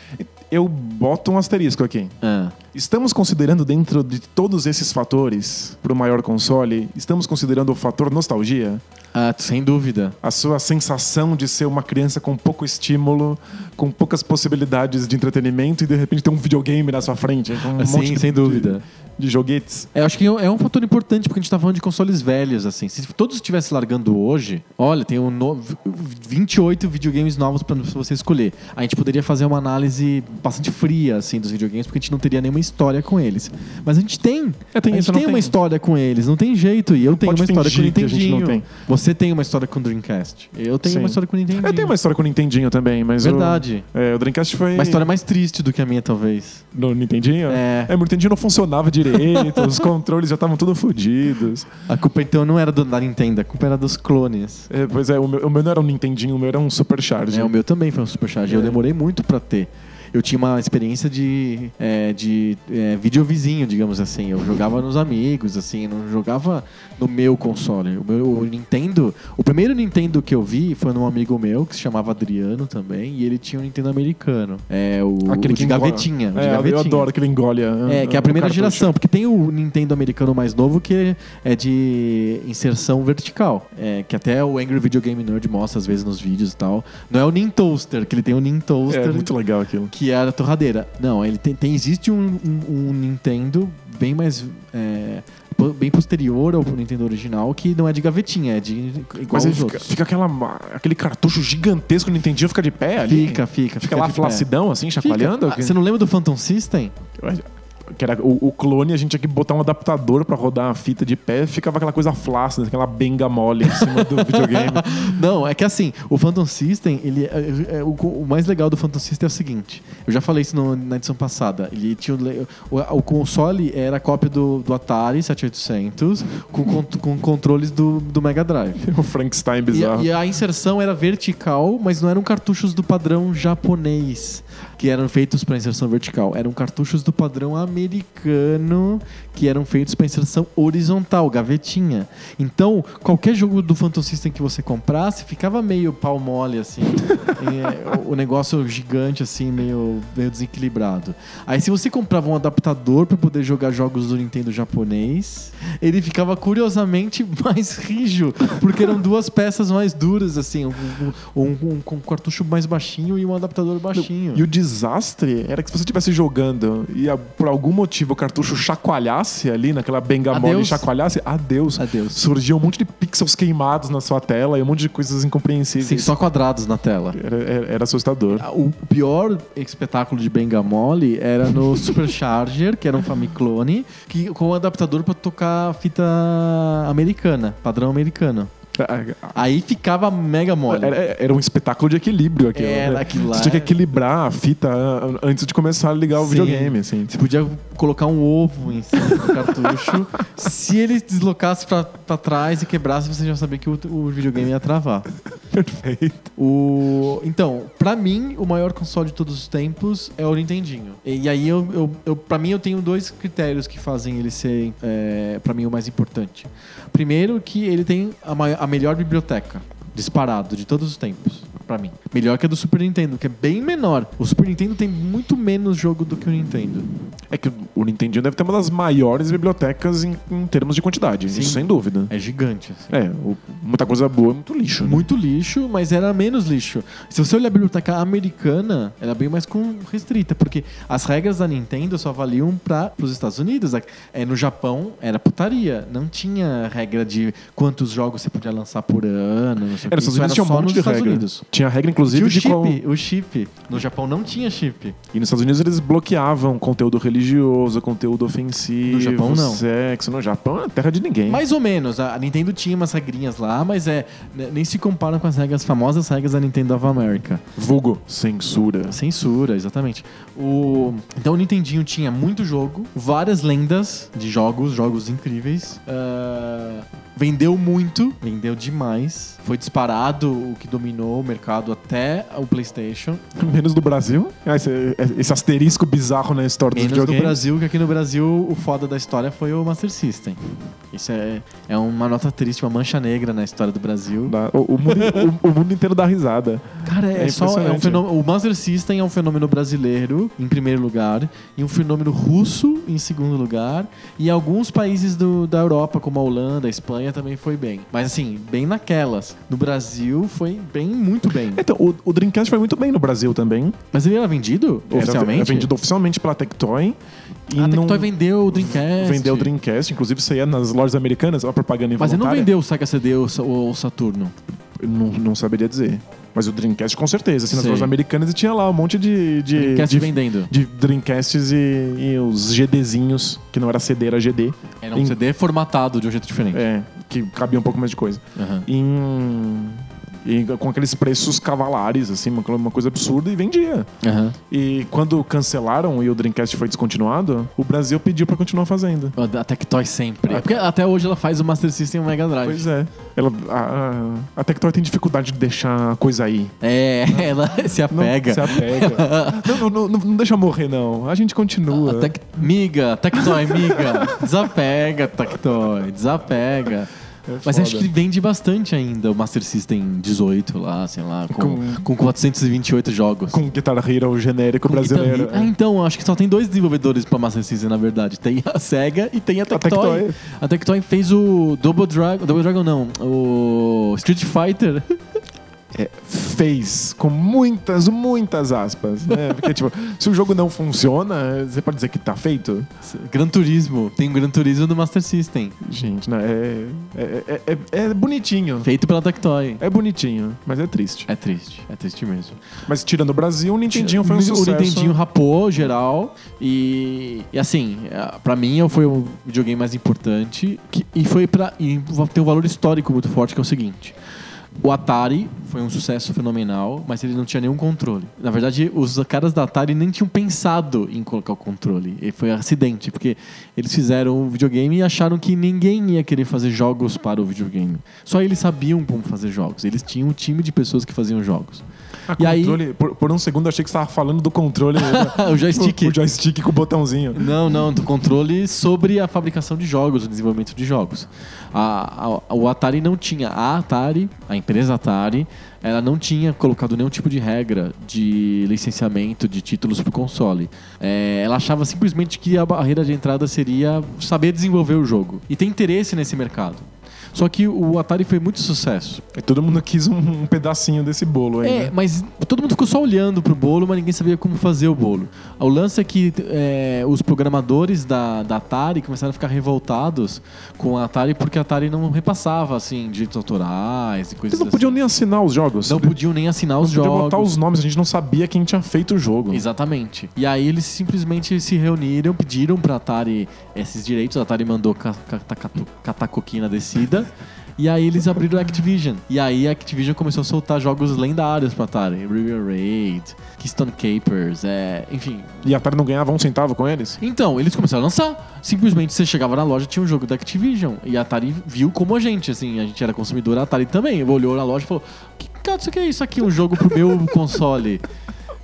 S2: Eu boto um asterisco aqui.
S1: Ah,
S2: Estamos considerando dentro de todos esses fatores para o maior console, estamos considerando o fator nostalgia?
S1: ah, sem dúvida.
S2: a sua sensação de ser uma criança com pouco estímulo, com poucas possibilidades de entretenimento e de repente ter um videogame na sua frente. com Um
S1: Sim,
S2: de-
S1: sem dúvida.
S2: De, de joguetes.
S1: É, eu acho que é um fator importante porque a gente tá falando de consoles velhos, assim. Se todos estivessem largando hoje, olha, tem um no... 28 videogames novos pra você escolher. A gente poderia fazer uma análise bastante fria, assim, dos videogames, porque a gente não teria nenhuma história com eles. Mas a gente tem.
S2: É, tem
S1: a
S2: isso,
S1: gente
S2: não
S1: tem uma
S2: tem.
S1: história com eles, não tem jeito. E eu tenho
S2: pode
S1: uma história com o
S2: fingir que a gente não
S1: Nintendinho.
S2: tem.
S1: Você tem uma história com o Dreamcast. Eu tenho
S2: Sim.
S1: uma história com o Nintendinho.
S2: Eu tenho uma história com o Nintendinho também, mas. o-
S1: Verdade.
S2: é, o Dreamcast foi.
S1: Uma história mais triste do que a minha, talvez.
S2: No Nintendinho?
S1: É.
S2: o Nintendinho não funcionava direito, os [laughs] controles já estavam tudo fodidos.
S1: A culpa, então, não era do- da Nintendo, a culpa era dos clones.
S2: É,
S1: Né,
S2: pois é, o meu, o meu não era um Nintendinho, o meu era um Super Charge.
S1: É, o meu também foi um supercharge. Eu
S2: É.
S1: demorei muito pra ter. eu tinha uma experiência de, é, de é, videovizinho, digamos assim. Eu jogava nos amigos, assim, não jogava no meu console. O meu o Nintendo, o primeiro Nintendo que eu vi foi num amigo meu que se chamava Adriano também, e ele tinha um Nintendo americano. É, o,
S2: Aquele
S1: o de
S2: que engole-
S1: gavetinha. o de
S2: É, eu
S1: gavetinha.
S2: adoro que ele engole.
S1: É, que é a
S2: o
S1: primeira
S2: Uhum. cartucho.
S1: geração, porque tem o Nintendo americano mais novo que é de inserção vertical. É, que até o Angry Video Game Nerd mostra às vezes nos vídeos e tal. Não é o Nintoaster, que ele tem o Nintoaster
S2: É muito legal aquilo.
S1: que era a torradeira. Não, ele tem, tem- existe um, um- um Nintendo bem mais. é, po- bem posterior ao Nintendo original, que não é de gavetinha, é de igual
S2: Mas aí
S1: aos
S2: fica,
S1: outros.
S2: fica aquela, ma- aquele cartucho gigantesco no Nintendinho, fica de pé ali?
S1: fica, fica.
S2: Fica lá
S1: de pé.
S2: flacidão, assim,
S1: Fica.
S2: chacoalhando?
S1: Ah, Você não lembra do Phantom System?
S2: Que era o, o clone, a gente tinha que botar um adaptador pra rodar a fita de pé, ficava aquela coisa flácida, aquela benga mole em cima do [laughs] videogame.
S1: Não, é que assim, o Phantom System, ele é- é- o, o mais legal do Phantom System é o seguinte. Eu já falei isso no- na edição passada. Ele tinha um le- o, o console era a cópia do, do Atari 7800 com, con- com controles do, do Mega Drive.
S2: o Um
S1: E
S2: Frankenstein
S1: a,
S2: bizarro.
S1: e a inserção era vertical, mas não eram cartuchos do padrão japonês que eram feitos para inserção vertical. Eram cartuchos do padrão americano que eram feitos para inserção horizontal, gavetinha. Então, qualquer jogo do Phantom System que você comprasse ficava meio pau mole, assim. É, o o negócio gigante, assim, meio, meio desequilibrado. Aí, se você comprava um adaptador para poder jogar jogos do Nintendo japonês, ele ficava curiosamente [laughs] mais rijo, porque eram duas peças mais duras, assim, um, um, um- um cartucho mais baixinho e um adaptador baixinho.
S2: E o desastre era que se você estivesse jogando e a- por algum motivo o cartucho chacoalhasse ali, naquela benga mole
S1: Adeus.
S2: chacoalhasse, adeus.
S1: Adeus.
S2: Surgia um monte de pixels queimados na sua tela e um monte de coisas incompreensíveis.
S1: Sim, só quadrados na tela.
S2: Era, era- era assustador.
S1: O pior espetáculo de Benga Mole era no [laughs] Supercharger, que era um Famiclone, que, com um adaptador pra tocar fita americana, padrão americano. Aí ficava mega mole.
S2: Era, É, era um espetáculo de equilíbrio aquilo.
S1: Era,
S2: né?
S1: aquilo lá
S2: Você tinha que
S1: era-
S2: equilibrar a fita ah, antes de começar a ligar o
S1: Sim.
S2: videogame, assim.
S1: Você podia colocar um ovo em cima do cartucho. Se ele deslocasse pra, pra trás e quebrasse, você já sabia que o, o videogame ia travar.
S2: Perfeito.
S1: O... Então, pra mim, o maior console de todos os tempos é o Nintendinho. E aí, eu, eu, eu, pra mim, eu tenho dois critérios que fazem ele ser, é, pra mim, o mais importante. Primeiro, que ele tem a, mai- a melhor biblioteca, disparado, de todos os tempos, pra mim. Melhor que a do Super Nintendo, que é bem menor. O Super Nintendo tem muito menos jogo do que o Nintendo.
S2: É que o Nintendinho deve ter uma das maiores bibliotecas em, em termos de quantidade,
S1: Sim.
S2: isso sem dúvida.
S1: É gigante, assim.
S2: É, o- muita coisa boa, muito lixo. né?
S1: Muito lixo, mas era menos lixo. Se você olhar a biblioteca americana, era bem mais com restrita, porque as regras da Nintendo só valiam para os Estados Unidos. A- É, no Japão era putaria, não tinha regra de quantos jogos você podia lançar por ano. Não sei o
S2: Era,
S1: quê.
S2: os Estados
S1: Isso
S2: Unidos tinha um
S1: só
S2: monte
S1: nos
S2: de
S1: Estados
S2: regra.
S1: Unidos.
S2: Tinha
S1: E
S2: regra, inclusive,
S1: o
S2: de
S1: chip,
S2: qual...
S1: o chip. No Japão não tinha chip.
S2: E nos Estados Unidos eles bloqueavam conteúdo religioso, conteúdo ofensivo,
S1: No Japão, não.
S2: sexo. No Japão é terra de ninguém.
S1: Mais ou menos. A a Nintendo tinha umas regrinhas lá, mas é né, nem se comparam com as regras famosas regras da Nintendo of America.
S2: Vulgo, censura.
S1: Censura, exatamente. O... Então o Nintendinho tinha muito jogo, várias lendas de jogos, jogos incríveis. Ah, vendeu muito, vendeu demais. Foi disparado o que dominou o mercado até o PlayStation.
S2: Menos do Brasil. Ah, Esse, esse asterisco bizarro na história dos
S1: Menos do
S2: videogames.
S1: Brasil, que aqui no Brasil o foda da história foi o Master System. Isso é, é uma nota triste, uma mancha negra na história do Brasil.
S2: Dá- O, o [laughs] mundo, o- o mundo inteiro dá risada.
S1: Cara, é,
S2: É
S1: só. É um
S2: impressionante.
S1: fenômeno, o Master System é um fenômeno brasileiro, em primeiro lugar, e um fenômeno russo, em segundo lugar, e alguns países do- da Europa, como a Holanda, a Espanha, também foi bem. Mas assim, bem naquelas. No Brasil foi bem, muito
S2: [laughs]
S1: bem.
S2: Então, o, o Dreamcast foi muito bem no Brasil também.
S1: Mas ele era vendido
S2: Era-
S1: oficialmente?
S2: Era vendido oficialmente pela Tectoy. E
S1: Ah, a
S2: não
S1: Tectoy vendeu o Dreamcast.
S2: vendeu o Dreamcast. Inclusive, você ia nas lojas americanas, uma propaganda
S1: Mas ele
S2: involuntária.
S1: não vendeu o Sega CD ou o- ou o Saturno.
S2: Eu Não, não saberia dizer. Mas o Dreamcast, com certeza. Assim, nas
S1: Sei.
S2: lojas americanas, tinha lá um monte de... de
S1: Dreamcast
S2: de,
S1: vendendo.
S2: de Dreamcasts e, e os GDzinhos, que não era CD, era GD.
S1: Era um
S2: Em-
S1: CD formatado de um jeito diferente.
S2: É, que cabia um pouco mais de coisa.
S1: Aham.
S2: Em, E com aqueles preços cavalares, assim, uma- uma coisa absurda e vendia.
S1: Aham.
S2: E quando cancelaram e o Dreamcast foi descontinuado, o Brasil pediu pra continuar fazendo.
S1: A Tectoy sempre. É porque até hoje ela faz o Master System e o Mega Drive.
S2: Pois é. Ela, a, a, a Tectoy tem dificuldade de deixar a coisa aí.
S1: É, [laughs] ela se
S2: Não
S1: apega.
S2: se apega. não, não, não, não deixa morrer, não. A gente continua.
S1: A tec... Miga, Tectoy, miga. Desapega, Tectoy, desapega.
S2: É
S1: Mas
S2: foda.
S1: acho que vende bastante ainda o Master System 18 lá, sei lá, com,
S2: Com-
S1: com 428 jogos.
S2: Com Guitar Hero genérico brasileiro.
S1: Ah, então, acho que só tem dois desenvolvedores pra Master System, na verdade. Tem a SEGA e tem a Tectoy.
S2: Tectoy.
S1: A Tectoy fez o Double Dragon... Double Dragon não, o Street Fighter. [laughs]
S2: É, Fez com muitas, muitas aspas. Né? Porque, tipo, se o jogo não funciona, você pode dizer que tá feito?
S1: Gran Turismo. Tem o Gran Turismo do Master System.
S2: Gente, né? É, é, é, é- é bonitinho.
S1: Feito pela Tectoy.
S2: É bonitinho, mas é triste.
S1: É triste, é triste mesmo.
S2: Mas tirando o Brasil, o Nintendinho foi um
S1: O
S2: sucesso.
S1: Nintendinho rapou geral e, e assim, eh, pra mim eu- foi o videogame mais importante que- e foi para tem um valor histórico muito forte que é o seguinte. O Atari foi um sucesso fenomenal, mas ele não tinha nenhum controle. Na verdade, os caras da Atari nem tinham pensado em colocar o controle. E foi um acidente, porque eles fizeram o videogame e acharam que ninguém ia querer fazer jogos para o videogame. Só eles sabiam como fazer jogos. Eles tinham um time de pessoas que faziam jogos.
S2: Ah,
S1: E aí- [laughs]
S2: controle- por, por um segundo eu achei que você tava falando do controle. né?
S1: o joystick.
S2: O, o joystick com o botãozinho.
S1: Não, não, do controle sobre a fabricação de jogos, o desenvolvimento de jogos. A- a- o Atari não tinha. A Atari, a empresa Atari, ela não tinha colocado nenhum tipo de regra de licenciamento de títulos para o console. É, ela achava simplesmente que a barreira de entrada seria saber desenvolver o jogo. E tem interesse nesse mercado. Só que o Atari foi muito sucesso.
S2: E todo mundo quis um, um pedacinho desse bolo aí.
S1: É,
S2: né?
S1: mas todo mundo ficou só olhando pro bolo, mas ninguém sabia como fazer o bolo. O lance é que é, os programadores da, da Atari começaram a ficar revoltados com a Atari porque a Atari não repassava, assim, direitos autorais e coisas
S2: Eles não podiam nem assinar os jogos.
S1: assim. Não podiam nem assinar os
S2: Não podiam
S1: jogos.
S2: botar os nomes, a gente não sabia quem tinha feito o jogo.
S1: Exatamente. Tipo, E aí eles simplesmente se reuniram, pediram pra Atari esses direitos. A Atari mandou ca- ca- ta- catu- catacoquina descida. E aí eles abriram a Activision. E aí a Activision começou a soltar jogos lendários pra Atari. River Raid, Keystone Capers, é... enfim.
S2: E a Atari não ganhava um centavo com eles?
S1: Então, eles começaram a lançar. Simplesmente você chegava na loja tinha um jogo da Activision. E a Atari viu como a gente, assim, a gente era consumidor, a Atari também. Olhou na loja e falou: Que cara, isso aqui é isso aqui? Um jogo pro meu console.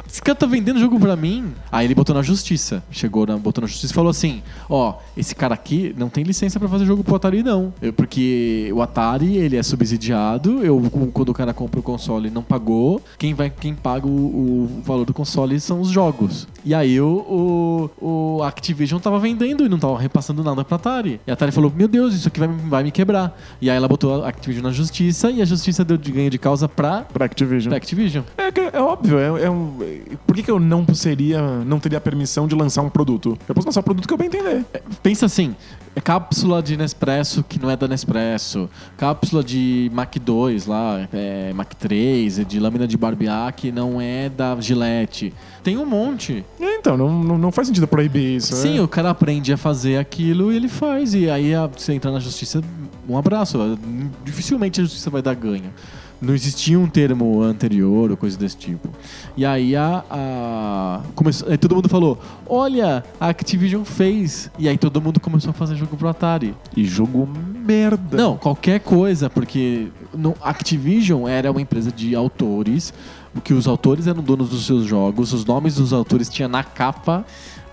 S1: Esse cara tá vendendo jogo pra mim. Aí ele botou na justiça. Chegou, na, botou na justiça e falou assim: Ó, esse cara aqui não tem licença pra fazer jogo pro Atari, não. Eu- porque o Atari, ele é subsidiado. Eu, quando o cara compra o console e não pagou, quem, vai, quem paga o, o valor do console são os jogos. E aí o, o, o Activision tava vendendo e não tava repassando nada pra Atari. E a Atari falou: Meu Deus, isso aqui vai, me- vai me quebrar. E aí ela botou a Activision na justiça e a justiça deu de ganho de causa pra,
S2: Pra Activision.
S1: pra Activision.
S2: É, que- é óbvio, é, é um- é- Por que, que eu não seria, não teria permissão de lançar um produto? Eu posso lançar um produto que eu bem entender.
S1: Pensa assim, é cápsula de Nespresso que não é da Nespresso, cápsula de Mac 2 lá, é, Mac 3, é de lâmina de barbear que não é da Gillette. Tem um monte.
S2: É, então, não, não, não faz sentido proibir isso.
S1: Sim,
S2: né?
S1: o cara aprende a fazer aquilo e ele faz. E aí a- você entra na justiça, um abraço. Dificilmente a justiça vai dar ganho. Não existia um termo anterior ou coisa desse tipo. E aí a. a- começou, aí todo mundo falou: Olha, a Activision fez. E aí todo mundo começou a fazer jogo pro Atari.
S2: E jogo merda.
S1: Não, qualquer coisa, porque no Activision era uma empresa de autores, o que os autores eram donos dos seus jogos, os nomes dos autores tinha na capa.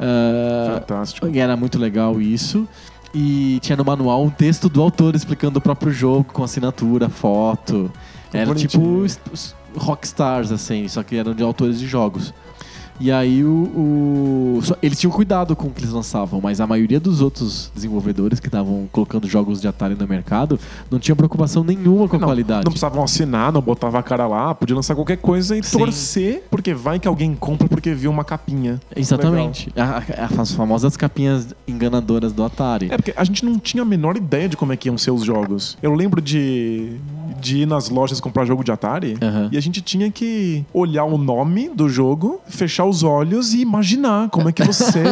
S1: ah,
S2: Fantástico.
S1: e era muito legal isso. E tinha no manual um texto do autor explicando o próprio jogo, com assinatura, foto.
S2: Que
S1: era tipo
S2: bonitinho. né?
S1: os- os rockstars, assim, só que eram de autores de jogos. E aí o. o- só- eles tinham cuidado com o que eles lançavam, mas a maioria dos outros desenvolvedores que estavam colocando jogos de Atari no mercado não tinha preocupação nenhuma com a qualidade.
S2: Não precisavam assinar, não botava a cara lá, podia lançar qualquer coisa e
S1: Sim.
S2: torcer, porque vai que alguém compra porque viu uma capinha.
S1: Exatamente. A- a- as famosas capinhas enganadoras do Atari.
S2: É, porque a gente não tinha a menor ideia de como é que iam ser os jogos. Eu lembro de, de ir nas lojas comprar jogo de Atari.
S1: Aham.
S2: E a gente tinha que olhar o nome do jogo, fechar os olhos e imaginar como é que
S1: [laughs]
S2: você.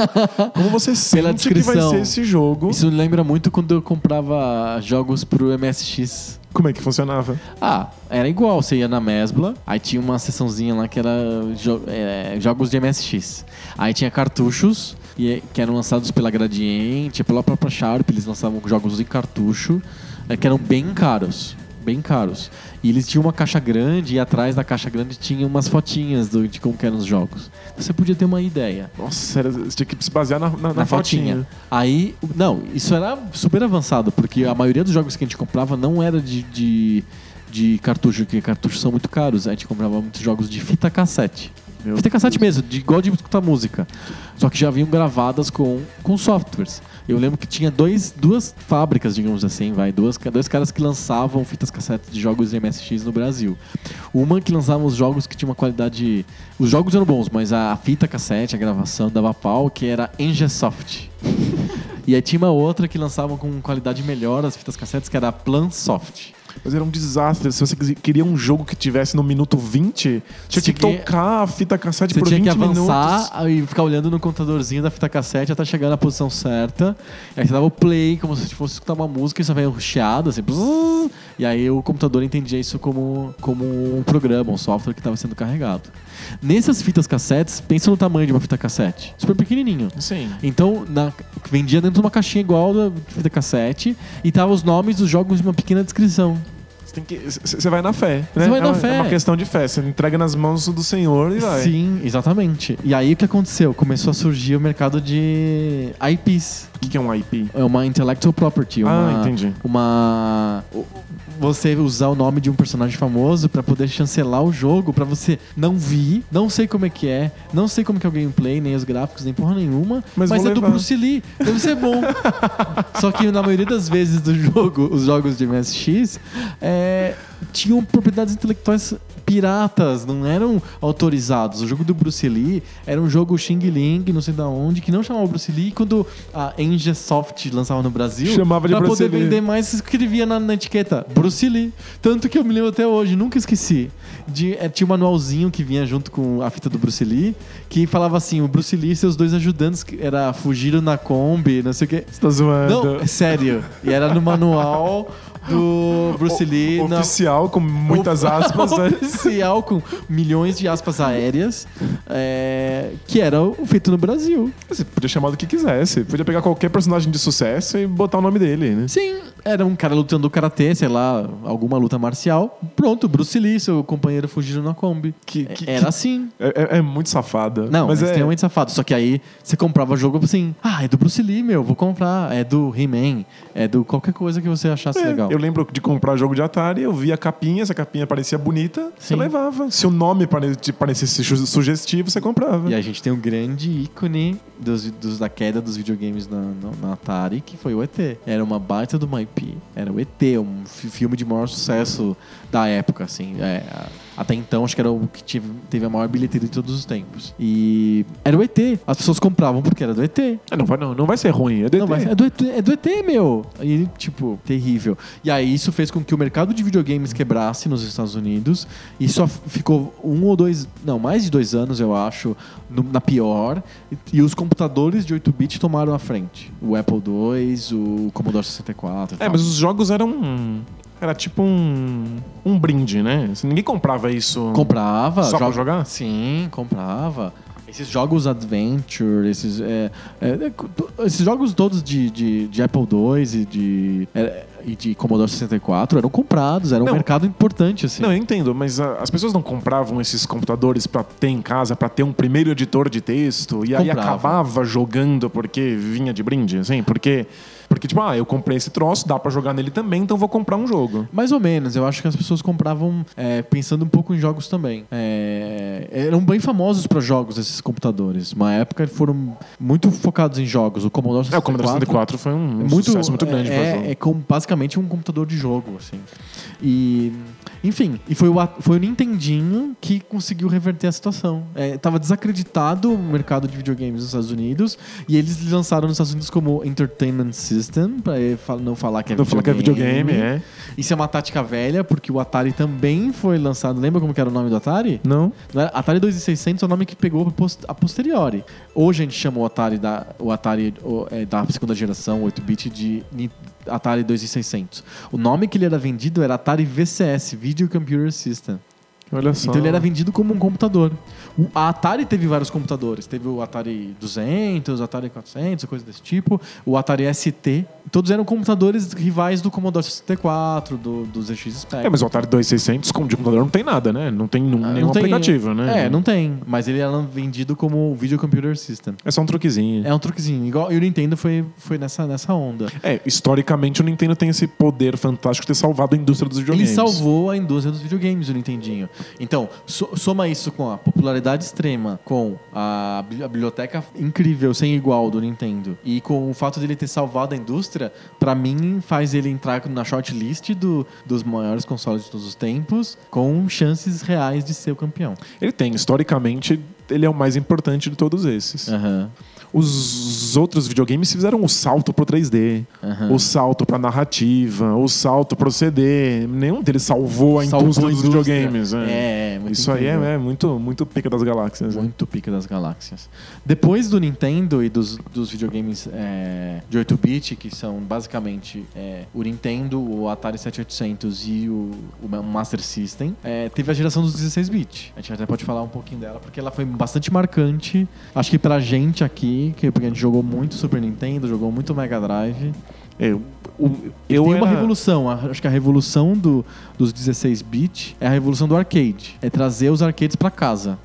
S2: como você sente que vai
S1: descrição.
S2: ser esse jogo.
S1: Isso lembra muito quando eu comprava jogos pro MSX.
S2: Como é que funcionava?
S1: Ah, era igual, você ia na Mesbla, aí tinha uma seçãozinha lá que era jo- é, jogos de MSX. Aí tinha cartuchos, e, que eram lançados pela Gradiente, pela própria Sharp, eles lançavam jogos em cartucho, é, que eram bem caros. Bem caros. E eles tinham uma caixa grande, e atrás da caixa grande tinha umas fotinhas do- de como que eram os jogos. Você podia ter uma ideia
S2: Nossa, era, você tinha que se basear na, na, na
S1: na fotinha.
S2: fotinha.
S1: Né? Aí, não, isso era super avançado, porque a maioria dos jogos que a gente comprava não era de, de, de cartucho, porque cartuchos são muito caros. A gente comprava muitos jogos de fita cassete.
S2: Meu
S1: fita cassete mesmo, de, igual de escutar música. Só que já vinham gravadas com, com softwares. Eu lembro que tinha dois, duas fábricas, digamos assim, vai, duas, dois caras que lançavam fitas cassete de jogos MSX no Brasil. Uma que lançava os jogos que tinha uma qualidade. Os jogos eram bons, mas a fita cassete, a gravação dava pau, que era Engesoft. E aí tinha uma outra que lançavam com qualidade melhor as fitas cassetes, que era a Plansoft.
S2: Mas era um desastre. Se você quisi- queria um jogo que tivesse no minuto 20, tinha
S1: Você
S2: que
S1: tinha-
S2: tocar a fita cassete
S1: Você
S2: por
S1: tinha
S2: 20
S1: que avançar
S2: minutos.
S1: e ficar olhando no contadorzinho da fita cassete até chegar na posição certa. Aí você dava o play, como se fosse escutar uma música, e só veio um chiado, assim. bzzz. E aí o computador entendia isso como, como um programa, um software que estava sendo carregado. Nessas fitas cassetes, pensa no tamanho de uma fita cassete. Super pequenininho.
S2: Sim.
S1: Então, na- vendia dentro de uma caixinha igual da fita cassete e tava os nomes dos jogos de uma pequena descrição.
S2: Você tem que- c- c- você vai na fé. Né?
S1: Você vai
S2: é
S1: na
S2: uma,
S1: fé.
S2: É uma questão de fé. Você entrega nas mãos do Senhor e vai.
S1: Sim, exatamente. E aí o que aconteceu? Começou a surgir o mercado de IPs.
S2: O que que é um IP?
S1: É uma intellectual property. Uma,
S2: Ah, entendi.
S1: Uma. o- Você usar o nome de um personagem famoso pra poder chancelar o jogo, pra você não vi, não sei como é que é, não sei como que é o gameplay, nem os gráficos, nem porra nenhuma, mas,
S2: Mas
S1: é
S2: vou
S1: do
S2: levar.
S1: Bruce Lee, deve ser bom. Só que na maioria das vezes do jogo, os jogos de MSX é, tinham propriedades intelectuais piratas, não eram autorizados. O jogo do Bruce Lee era um jogo Xing Ling, não sei da onde, que não chamava Bruce Lee. E Quando a Engesoft lançava no Brasil,
S2: Chamava de
S1: pra
S2: Bruce
S1: poder
S2: Lee.
S1: vender mais, escrevia na, na etiqueta Bruce Lee. Tanto que eu me lembro até hoje, nunca esqueci. De, é, tinha um manualzinho que vinha junto com a fita do Bruce Lee, que falava assim: o Bruce Lee e seus dois ajudantes, que era fugiram na Kombi, não sei o quê.
S2: Você tá zoando.
S1: Não, é sério. E era no manual do Bruce Lee. na-
S2: Oficial, com muitas aspas. né?
S1: [laughs] Oficial com milhões de aspas aéreas, é, que era o feito no Brasil.
S2: [laughs] Você podia chamar do que quisesse. Podia pegar qualquer personagem de sucesso e botar o nome dele, né?
S1: Sim, era um cara lutando karatê, sei lá, alguma luta marcial. Pronto, Bruce Lee, seu companheiro fugiram na Kombi.
S2: Que- que-
S1: era assim.
S2: É, é- é muito safada.
S1: Não, mas
S2: mas
S1: é
S2: é,
S1: extremamente safado. Só que aí você comprava jogo assim, ah, é do Bruce Lee, meu, vou comprar. É do He-Man, é do qualquer coisa que você achasse
S2: É,
S1: legal.
S2: Eu lembro de comprar jogo de Atari, eu via a capinha, se a capinha parecia bonita,
S1: Sim.
S2: você levava. Se o nome pare- te parecesse su- sugestivo, você comprava.
S1: E a gente tem um grande ícone dos, dos- da queda dos videogames na, na- na Atari, que foi o ET. Era uma baita do IP. Era o ET, um fi- filme de maior sucesso da época, assim. É, a- até então, acho que era o que tive- teve a maior bilheteria de todos os tempos. E era o ET. As pessoas compravam porque era do ET.
S2: Ah, não, vai, não, não vai ser ruim, é DT.
S1: Não, mas é do, ET, é do ET, meu! E, tipo, terrível. E aí isso fez com que o mercado de videogames quebrasse nos Estados Unidos e só f- ficou um ou dois, não, mais de dois anos, eu acho, no- na pior. E, e os computadores de 8-bit tomaram a frente. O Apple II, o Commodore 64. e
S2: É,
S1: tal.
S2: mas os jogos eram. Era tipo um. um brinde, né? Assim, Ninguém comprava isso.
S1: Comprava.
S2: Só pra
S1: joga-
S2: jogar?
S1: Sim, comprava. Esses jogos Adventure, esses, é, é, é, tu- esses jogos todos de, de, de Apple II e de, é, e de Commodore 64 eram comprados, era um
S2: Não.
S1: mercado importante, assim.
S2: Não, eu entendo, mas ah, as pessoas não compravam esses computadores pra ter em casa, pra ter um primeiro editor de texto e aí
S1: Comprava.
S2: acabava jogando porque vinha de brinde, assim, porque porque tipo, ah, eu comprei esse troço, dá pra jogar nele também, então vou comprar um jogo.
S1: Mais ou menos, eu acho que as pessoas compravam é, pensando um pouco em jogos também. É, eram bem famosos para jogos esses computadores. Uma época foram muito focados em jogos. O Commodore
S2: É, o
S1: 64,
S2: Commodore 64 foi um, um
S1: muito,
S2: sucesso muito grande
S1: é,
S2: pra jogo.
S1: é, é como, literalmente um computador de jogo, assim. E, enfim, e foi o, a- foi o Nintendinho que conseguiu reverter a situação. É, tava desacreditado o mercado de videogames nos Estados Unidos e eles lançaram nos Estados Unidos como Entertainment System, pra ele fal- não falar que é
S2: Não falar que é videogame, é.
S1: Isso é uma tática velha, porque o Atari também foi lançado. Lembra como que era o nome do Atari?
S2: Não.
S1: Não era- Atari 2600 é o nome que pegou pos- a posteriori. Hoje a gente chama o Atari da, o Atari, o, é, da segunda geração, 8-bit, de Ni- Atari 2600. O nome que ele era vendido era Atari VCS, Video Computer System.
S2: Olha só.
S1: Então ele era vendido como um computador. O, a Atari teve vários computadores. Teve o Atari 200, o Atari 400, coisa desse tipo. O Atari ST. Todos eram computadores rivais do Commodore 64, do, do ZX Spectrum.
S2: É, mas o Atari 2600, como de computador, não tem nada, né? Não tem num-
S1: Ah,
S2: nenhum aplicativo, né?
S1: É, não tem. Mas ele era vendido como Video Computer System.
S2: É só um truquezinho.
S1: É um truquezinho. Igual, e o Nintendo foi, foi nessa, nessa onda.
S2: É, historicamente o Nintendo tem esse poder fantástico de ter salvado a indústria dos
S1: Ele
S2: videogames.
S1: salvou a indústria dos videogames, o Nintendinho. Então, so- soma isso com a popularidade extrema, com a, bi- a biblioteca incrível, sem igual do Nintendo, e com o fato dele ter salvado a indústria, pra mim faz ele entrar na shortlist do, dos maiores consoles de todos os tempos, com chances reais de ser o campeão.
S2: Ele tem, historicamente, ele é o mais importante de todos esses.
S1: Aham.
S2: Os outros videogames fizeram o salto pro 3D,
S1: Aham.
S2: o salto pra narrativa, o salto pro CD. Nenhum deles salvou a
S1: Salvou
S2: indústria
S1: a
S2: dos
S1: indústria.
S2: videogames. né?
S1: É, é, muito
S2: Isso aí é,
S1: incrível.
S2: é muito, muito pica das galáxias. né?
S1: Muito pica das galáxias. Depois do Nintendo e dos, dos videogames é, de 8-bit, que são basicamente é, o Nintendo, o Atari 7800 e o, o Ma- Master System, é, teve a geração dos 16-bit. A gente até pode falar um pouquinho dela, porque ela foi bastante marcante. Acho que pra gente aqui, que porque a gente jogou muito Super Nintendo, jogou muito Mega Drive.
S2: É, o- o- eu
S1: Tem uma
S2: era-
S1: revolução, a- acho que a revolução do, dos 16-bit é a revolução do arcade. É trazer os arcades pra casa.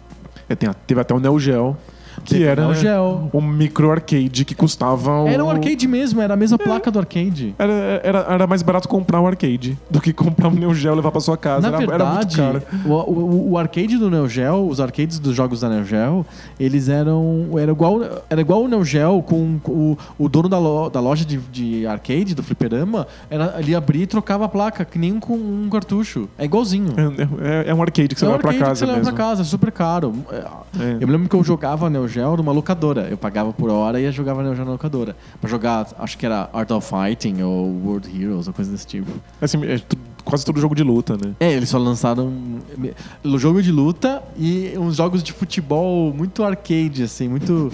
S2: É, tem a- teve até o Neo Geo, que
S1: Teve o
S2: era
S1: Neo
S2: né,
S1: Geo.
S2: um micro arcade que custava.
S1: Era
S2: o É.
S1: um arcade mesmo, era a mesma placa do arcade.
S2: Era, era, era mais barato comprar um arcade do que comprar um Neo Geo e levar pra sua casa.
S1: Na
S2: era,
S1: verdade,
S2: era muito caro.
S1: o, o- o arcade do Neo Geo, os arcades dos jogos da Neo Geo, eles eram. Era igual, era igual o Neo Geo com o, o dono da, lo- da loja de, de arcade, do fliperama, era, ele abria e trocava a placa, que nem com um cartucho. É igualzinho.
S2: É, é- é um arcade que você
S1: É um
S2: leva pra
S1: arcade que
S2: casa
S1: você leva
S2: mesmo.
S1: pra casa, super caro. É,
S2: É.
S1: Eu me lembro que eu jogava Neo Geo numa locadora. Eu pagava por hora e eu jogava Neo Geo na locadora. Pra jogar, acho que era Art of Fighting ou World Heroes ou coisa desse tipo.
S2: Assim, é tu- quase todo jogo de luta, né?
S1: É, eles só lançaram o jogo de luta e uns jogos de futebol muito arcade, assim, muito.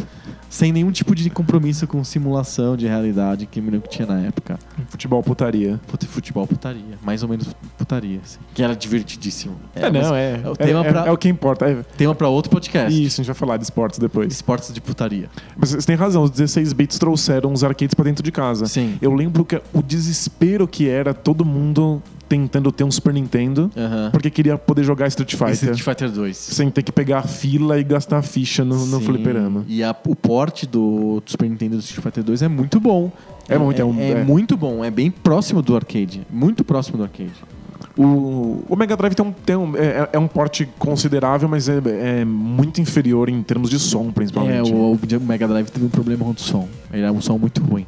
S1: sem nenhum tipo de compromisso com simulação de realidade que eu me lembro que tinha na época.
S2: Futebol putaria.
S1: Fute- Futebol putaria, mais ou menos putaria, assim. Que era divertidíssimo.
S2: É, não, é.
S1: é o
S2: é-
S1: tema
S2: é-
S1: pra-
S2: é o que importa. É-
S1: Tema pra outro podcast.
S2: Isso, a gente vai falar de esportes depois.
S1: Esportes de putaria.
S2: Mas você tem razão, os 16 bits trouxeram os arcades pra dentro de casa.
S1: Sim.
S2: Eu lembro que o desespero que era todo mundo tentando ter um Super Nintendo
S1: Aham.
S2: porque queria poder jogar
S1: E
S2: Street Fighter.
S1: É. Street Fighter 2.
S2: Sem ter que pegar a fila e gastar a ficha no, no
S1: Sim.
S2: fliperama.
S1: E a- o porte do, do Super Nintendo do Street Fighter 2 é muito bom.
S2: É muito- é um- é.
S1: muito bom, é bem próximo do arcade. Muito próximo do arcade. É,
S2: O, o Mega Drive tem um, tem um- é, é um porte considerável, mas é, é muito inferior em termos de som,
S1: É,
S2: principalmente.
S1: o, o Mega Drive teve um problema com o som. Ele era um som muito ruim.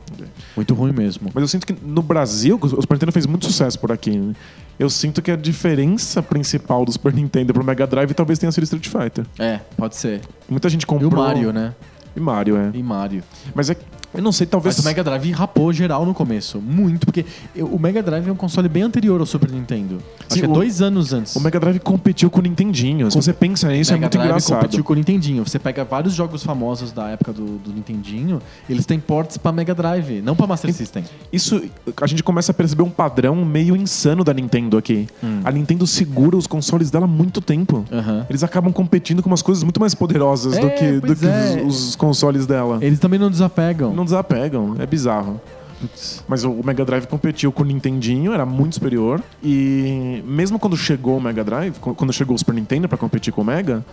S1: Muito ruim mesmo.
S2: Mas eu sinto que no Brasil, o Super Nintendo fez muito sucesso por aqui. né? Eu sinto que a diferença principal do Super Nintendo pro Mega Drive talvez tenha sido Street Fighter.
S1: É, pode ser.
S2: Muita gente
S1: E
S2: comprou.
S1: o Mario, né?
S2: E Mario, é.
S1: E Mario.
S2: Mas é, eu não sei, talvez.
S1: Mas o Mega Drive rapou geral no começo. Muito, porque eu- o Mega Drive é um console bem anterior ao Super Nintendo. Acho
S2: Sim,
S1: que é
S2: o-
S1: dois anos antes.
S2: o Mega Drive competiu com o Nintendinho. Se você pensa nisso, é
S1: Mega
S2: muito
S1: Drive
S2: engraçado.
S1: competiu com o Nintendinho. Você pega vários jogos famosos da época do, do Nintendinho, eles têm ports pra Mega Drive, não pra Master System.
S2: Isso, a gente começa a perceber um padrão meio insano da Nintendo aqui. A Nintendo segura os consoles dela há muito tempo.
S1: Hum. Aham.
S2: Eles acabam competindo com umas coisas muito mais poderosas do
S1: É,
S2: que, do
S1: pois
S2: que
S1: é.
S2: os, os consoles dela.
S1: Eles também não desapegam.
S2: Não desapegam, é bizarro.
S1: Putz.
S2: Mas o Mega Drive competiu com o Nintendinho, era muito superior. E mesmo quando chegou o Mega Drive, qu- quando chegou o Super Nintendo pra competir com o Mega,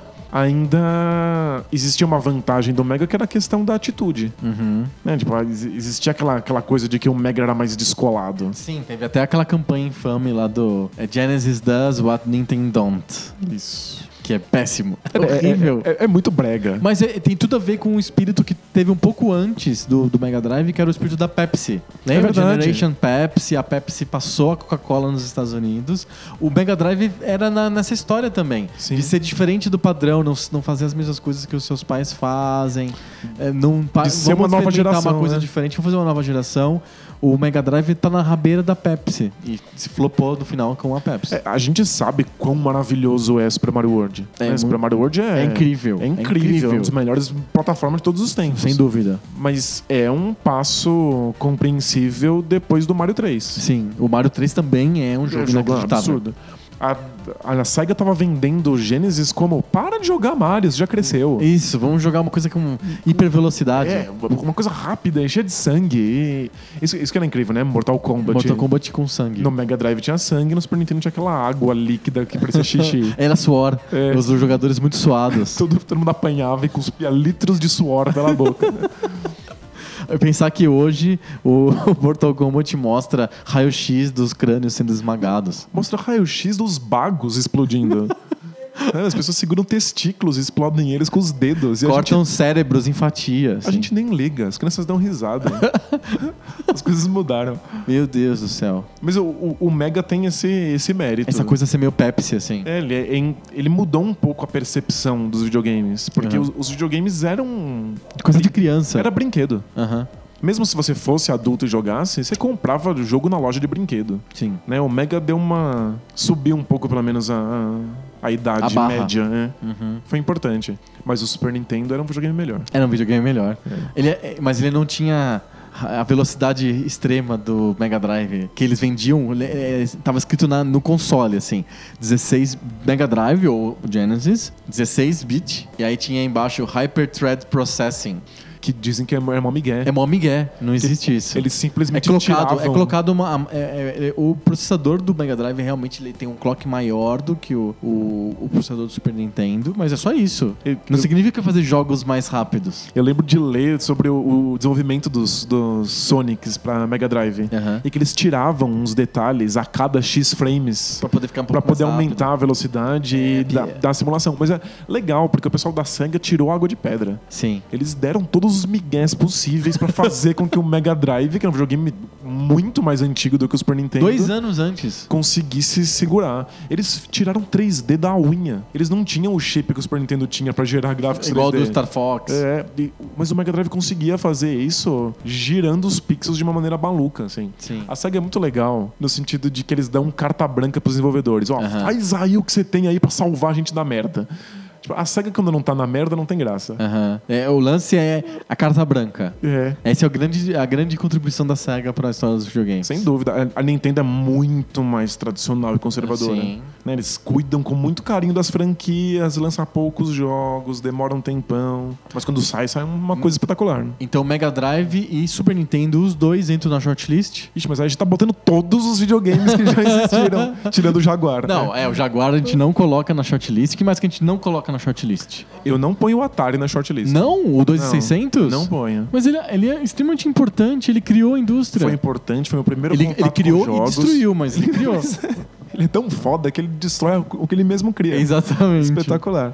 S2: ainda existia uma vantagem do Mega que era a questão da atitude. Né? Tipo, a- ex- existia aquela, aquela coisa de que o Mega era mais descolado.
S1: Sim, teve até aquela campanha infame lá do é, Genesis does what Nintendo don't.
S2: Isso.
S1: que é péssimo. Horrível.
S2: É, é- é muito brega.
S1: Mas é- tem tudo a ver com um espírito que teve um pouco antes do, do Mega Drive, que era o espírito da Pepsi. Lembra?
S2: É verdade.
S1: Generation Pepsi, a Pepsi passou a Coca-Cola nos Estados Unidos. O Mega Drive era na- nessa história também.
S2: Sim.
S1: De ser diferente do padrão, não, s- não fazer as mesmas coisas que os seus pais fazem. é, não pa-
S2: De ser
S1: vamos
S2: uma nova
S1: experimentar
S2: geração,
S1: uma coisa
S2: né?
S1: diferente, vamos fazer uma nova geração. O Mega Drive tá na rabeira da Pepsi. E se flopou no final com a Pepsi.
S2: É, a gente sabe quão maravilhoso é Super Mario World.
S1: É
S2: né?
S1: mu-
S2: Super Mario World é,
S1: é incrível.
S2: É incrível.
S1: É incrível.
S2: É uma das melhores plataformas de todos os tempos.
S1: Sem dúvida.
S2: Mas é um passo compreensível depois do Mario 3.
S1: Sim, o Mario 3 também é um jogo inacreditável.
S2: absurdo. A, a SEGA tava vendendo o Genesis como para de jogar Mario, você já cresceu.
S1: Isso, vamos jogar uma coisa com hipervelocidade.
S2: É, uma coisa rápida, e cheia de sangue. E isso, isso que era incrível, né? Mortal Kombat.
S1: Mortal Kombat com sangue.
S2: No Mega Drive tinha sangue, no Super Nintendo tinha aquela água líquida
S1: [laughs]
S2: que parecia xixi.
S1: Era suor,
S2: É.
S1: os jogadores muito suados.
S2: todo, todo mundo apanhava e cuspia litros de suor pela boca. [laughs] né?
S1: Eu Pensar que hoje o [laughs] Mortal Kombat mostra raio-x dos crânios sendo esmagados.
S2: Mostra raio-x dos
S1: [laughs]
S2: bagos explodindo. Né? As pessoas seguram testículos e explodem eles com os dedos. E a gente [laughs]
S1: Cortam cérebros em fatias.
S2: A gente nem liga, as crianças
S1: [laughs]
S2: dão risada. as coisas mudaram.
S1: assim. Meu Deus do céu.
S2: Mas o, o- o Mega tem esse, esse mérito.
S1: Essa coisa ser meio Pepsi, assim.
S2: É, ele, é em- ele mudou um pouco a percepção dos videogames. Porque
S1: Uhum.
S2: os, os videogames eram.
S1: Coisa de criança.
S2: Era brinquedo.
S1: Aham,
S2: Mesmo se você fosse adulto e jogasse, você comprava o jogo na loja de brinquedo.
S1: sim.
S2: Né? O Mega deu uma. subiu um pouco, pelo menos, a, a, a
S1: A
S2: idade
S1: barra.
S2: média. né?
S1: Uhum.
S2: Foi importante. Mas o Super Nintendo era um videogame melhor.
S1: Era um videogame melhor. Ele é- mas ele não tinha a velocidade extrema do Mega Drive que eles vendiam. ele- é, Tava escrito na- no console, assim: 16 Mega Drive ou Genesis, 16 bit. E aí tinha embaixo Hyper Thread Processing.
S2: Que dizem que é, é mó migué.
S1: É mó migué, não existe isso.
S2: Eles
S1: É
S2: simplesmente
S1: colocado, é
S2: tiravam-
S1: colocado uma. é- é- é- o processador do Mega Drive realmente ele tem um clock maior do que o, o- o processador do Super Nintendo, mas é só isso.
S2: Eu-
S1: Não
S2: eu-
S1: significa fazer jogos mais rápidos.
S2: Eu lembro de ler sobre o, o desenvolvimento dos, dos Sonics pra Mega Drive.
S1: Aham.
S2: E que eles tiravam uns detalhes a cada X frames
S1: Pra poder ficar um
S2: pra
S1: pouco
S2: poder
S1: mais rápido.
S2: aumentar a velocidade e da,
S1: é.
S2: da simulação. Mas é legal, porque o pessoal da SEGA tirou água de pedra.
S1: Sim.
S2: Eles deram todos os migués possíveis pra fazer com que o Mega Drive, que é um videogame muito mais antigo do que o Super Nintendo,
S1: Dois anos antes.
S2: conseguisse segurar. Eles tiraram 3D da unha. Eles não tinham o chip que o Super Nintendo tinha pra gerar gráficos
S1: Igual
S2: 3D.
S1: do Star Fox.
S2: É, e- mas o Mega Drive conseguia fazer isso girando os pixels de uma maneira maluca, assim.
S1: Sim.
S2: A SEGA é muito legal no sentido de que eles dão carta branca pros desenvolvedores. Ó,
S1: Aham.
S2: faz aí o que você tem aí pra salvar a gente da merda. Tipo, a SEGA quando não tá na merda não tem graça.
S1: Aham. É, o lance é a carta branca.
S2: É.
S1: Essa é o grande, a grande contribuição da SEGA para a história dos videogames.
S2: Sem dúvida. A a Nintendo é muito mais tradicional e conservadora.
S1: Sim.
S2: né? Eles cuidam com muito carinho das franquias, lançam poucos jogos, demoram um tempão. Mas quando sai, sai uma
S1: Hum.
S2: coisa espetacular. né?
S1: Então Mega Drive e Super Nintendo, os dois entram na shortlist.
S2: Ixi, mas aí a gente tá botando todos os videogames
S1: [laughs]
S2: que já existiram, tirando o Jaguar.
S1: Não, é, o Jaguar a gente não coloca na shortlist. O que mais que a gente não coloca na shortlist?
S2: Eu não ponho o Atari na shortlist.
S1: Não? O
S2: Não,
S1: 2600?
S2: Não ponho.
S1: Mas ele, ele é extremamente importante, ele criou a indústria.
S2: Foi importante, foi o primeiro
S1: ele,
S2: contato
S1: ele criou
S2: com
S1: e
S2: jogos.
S1: destruiu, mas ele
S2: [laughs]
S1: criou.
S2: Ele é tão foda que ele destrói o que ele mesmo cria.
S1: Exatamente.
S2: Espetacular.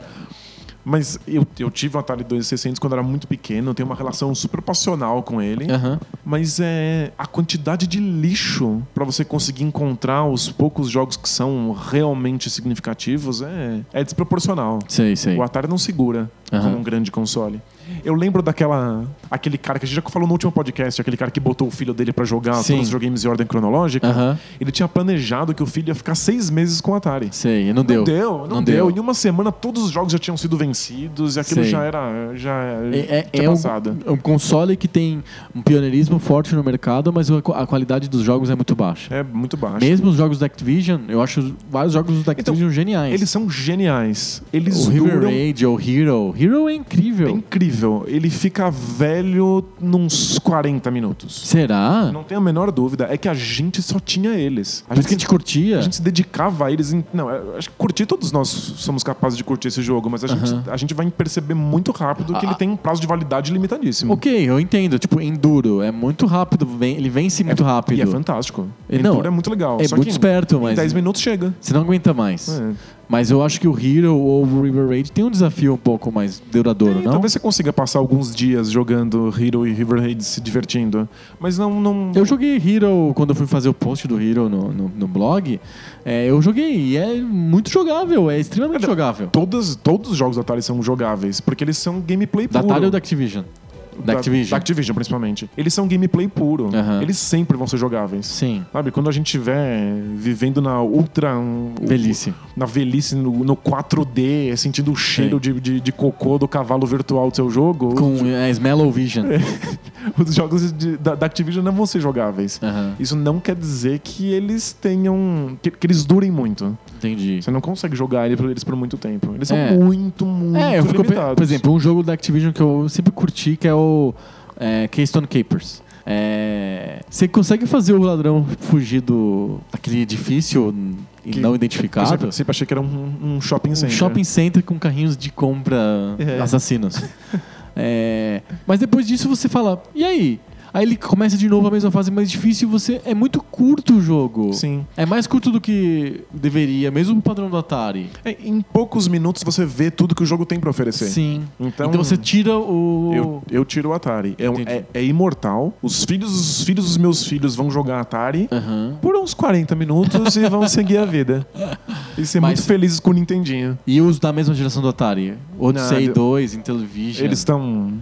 S2: Mas eu, eu tive um Atari 2600 quando era muito pequeno, eu tenho uma relação super passional com ele.
S1: Aham.
S2: Mas é a quantidade de lixo pra você conseguir encontrar os poucos jogos que são realmente significativos é, é desproporcional.
S1: Sei, sei.
S2: O Atari não segura
S1: Aham.
S2: como um grande console. Eu lembro daquela. aquele cara que a gente já falou no último podcast, aquele cara que botou o filho dele pra jogar
S1: Sim.
S2: todos os videogames em ordem cronológica.
S1: Aham.
S2: Ele tinha planejado que o filho ia ficar seis meses com o Atari.
S1: Sei, não
S2: Não
S1: deu.
S2: deu, não, deu. Em uma semana todos os jogos já tinham sido vencidos e aquilo
S1: Sei.
S2: já era. já
S1: É, é-
S2: tinha
S1: é
S2: passado.
S1: um, é um console que tem um pioneirismo forte no mercado, mas a qua- a qualidade dos jogos é muito baixa.
S2: É muito baixo.
S1: Mesmo os jogos da Activision, eu acho vários jogos da
S2: Então,
S1: Activision geniais.
S2: Eles são geniais. Eles
S1: assim. o River
S2: duram.
S1: Raid ou Hero. Hero é incrível.
S2: É incrível. Ele fica velho nos 40 minutos.
S1: Será?
S2: Não tenho a menor dúvida. É que a gente só tinha eles. A
S1: Por isso que a
S2: gente,
S1: gente curtia.
S2: a gente se dedicava a eles. Em, não, eu acho que curtir todos nós somos capazes de curtir esse jogo, mas a, gente, a gente vai perceber muito rápido que
S1: Ah.
S2: ele tem um prazo de validade limitadíssimo.
S1: Ok, eu entendo. Tipo, Enduro é muito rápido. vem- ele vence muito rápido.
S2: E é fantástico.
S1: E
S2: E
S1: não,
S2: é muito legal.
S1: é
S2: Só
S1: muito
S2: que em-
S1: esperto, mas-
S2: Em 10 minutos chega.
S1: Você não aguenta mais.
S2: É.
S1: Mas eu acho que o Hero ou o River Raid tem um desafio um pouco mais duradouro,
S2: É,
S1: não?
S2: Talvez você consiga passar alguns dias jogando Hero e River Raid se divertindo. Mas não. não...
S1: Eu joguei Hero quando eu fui fazer o post do Hero no, no, no blog. É, eu joguei e é muito jogável, é extremamente jogável.
S2: Todas, todos os jogos da Atari são jogáveis, porque eles são gameplay
S1: Da
S2: puro.
S1: Atari ou da Activision? Da
S2: Da
S1: Activision.
S2: Activision, principalmente. Eles são gameplay puro.
S1: Aham.
S2: Eles sempre vão ser jogáveis.
S1: Sim.
S2: Sabe, quando a gente estiver vivendo na ultra. um,
S1: Velhice.
S2: Na velhice, no, no 4D, sentindo o cheiro de, de, de cocô do cavalo virtual do seu jogo,
S1: Com é, Smellow Vision.
S2: [laughs] os jogos de- da, da Activision não vão ser jogáveis.
S1: Aham,
S2: Isso não quer dizer que eles tenham. que, que eles durem muito.
S1: entendi.
S2: Você não consegue jogar ele- eles por muito tempo. Eles são
S1: É.
S2: muito, muito
S1: É, eu fico, pe-
S2: limitados.
S1: por exemplo, um jogo da Activision que eu sempre curti, que é o é, Keystone Capers. É, você consegue fazer o ladrão fugir do, daquele edifício
S2: Que-
S1: não
S2: Eu
S1: identificado?
S2: sempre, sempre achei que era um, um shopping
S1: Um
S2: center.
S1: shopping center com carrinhos de compra
S2: É. [laughs]
S1: assassinos. É, mas depois disso você fala, e aí? Aí ele começa de novo a mesma fase mais difícil e você. É muito curto o jogo.
S2: Sim.
S1: É mais curto do que deveria, mesmo o padrão do Atari.
S2: É, em poucos minutos você vê tudo que o jogo tem pra oferecer.
S1: Sim.
S2: Então,
S1: Então, você tira o.
S2: eu, eu tiro o Atari. É, um-
S1: Entendi.
S2: é- é imortal. Os filhos, os filhos dos meus filhos vão jogar Atari
S1: Aham.
S2: por uns 40 minutos e vão seguir
S1: [laughs]
S2: a vida. E ser
S1: Mas-
S2: muito felizes com o Nintendinho.
S1: E os da mesma geração do Atari? Odyssey
S2: Nada.
S1: 2, Intellivision.
S2: Eles estão